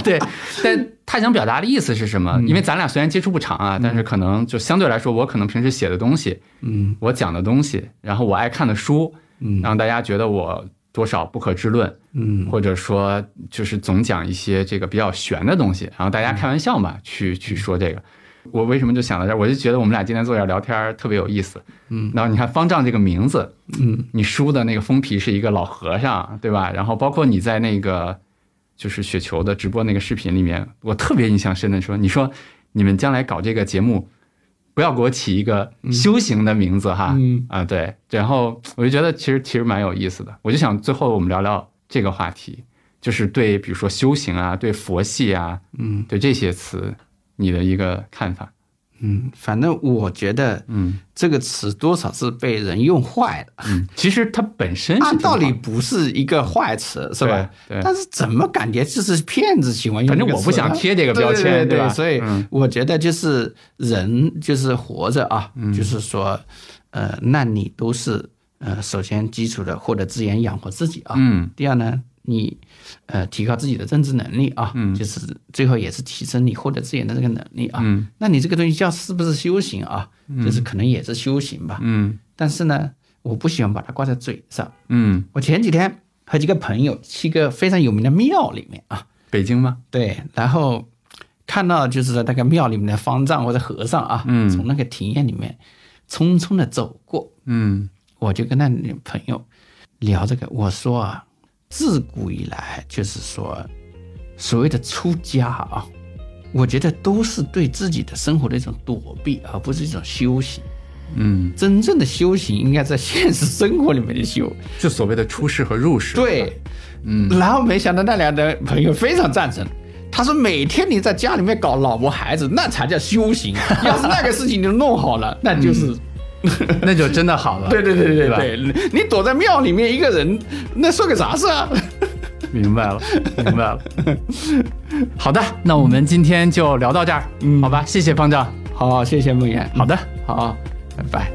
对，但他想表达的意思是什么？
嗯
因为咱俩虽然接触不长啊，但是可能就相对来说，我可能平时写的东西，
嗯，
我讲的东西，然后我爱看的书，
嗯，
让大家觉得我多少不可知论，
嗯，
或者说就是总讲一些这个比较玄的东西，然后大
嗯
家开玩笑嘛，去去说这个。我为什么就想到这儿？我就觉得我们俩今天坐这儿聊天儿特别有意思。嗯，然后你看方丈这个名字，
嗯，
你书的那个封皮是一个老和尚，对吧？然后包括你在那个就是雪球的直播那个视频里面，我特别印象深的说，你说你们将来搞这个节目，不要给我起一个修行的名字哈，
嗯
啊对，然后我就觉得其实其实蛮有意思的，我就想最后我们聊聊这个话题，就是对比如说修行啊，对佛系啊，
嗯
对这些词你的一个看法，
嗯，反正我觉得
嗯
这个词多少是被人用坏了。
嗯，其实它本身是
按道理
挺好的，
不是一个坏词，是吧？
对对
但是怎么感觉就是骗子喜欢用这
反
个
正
词呢？
我不想贴这个标签对
对
吧
所以
嗯
我觉得就是人就是活着啊，
嗯
就是说，呃，那你都是呃，首先基础的获得资源养活自己啊。
嗯
第二呢，你呃提高自己的认知能力啊，就是最后也是提升你获得资源的这个能力啊。
嗯
那你这个东西叫是不是修行啊？就是可能也是修行吧。
嗯
但是呢，我不喜欢把它挂在嘴上。
嗯，
我前几天和几个朋友去一个非常有名的庙里面啊，
北京吗？
对，然后看到就是那个庙里面的方丈或者和尚啊，
嗯
从那个庭院里面匆匆的走过，
嗯
我就跟那女朋友聊这个，我说啊，自古以来就是说，所谓的出家啊，我觉得都是对自己的生活的一种躲避，而不是一种修行。
嗯，
真正的修行应该在现实生活里面修。
就所谓的出世和入世。，
对，嗯，然后没想到那两个朋友非常赞成。他说：“每天你在家里面搞老婆孩子，那才叫修行。要是那个事情你弄好了，那就是……
那就真的好了。
对对对对
吧
对，你躲在庙里面一个人，那算个啥事啊？
明白 了，明白了。好的，那我们今天就聊到这儿，
嗯
好吧？谢谢方丈。
好，谢谢梦圆，
好的，
好，拜拜。”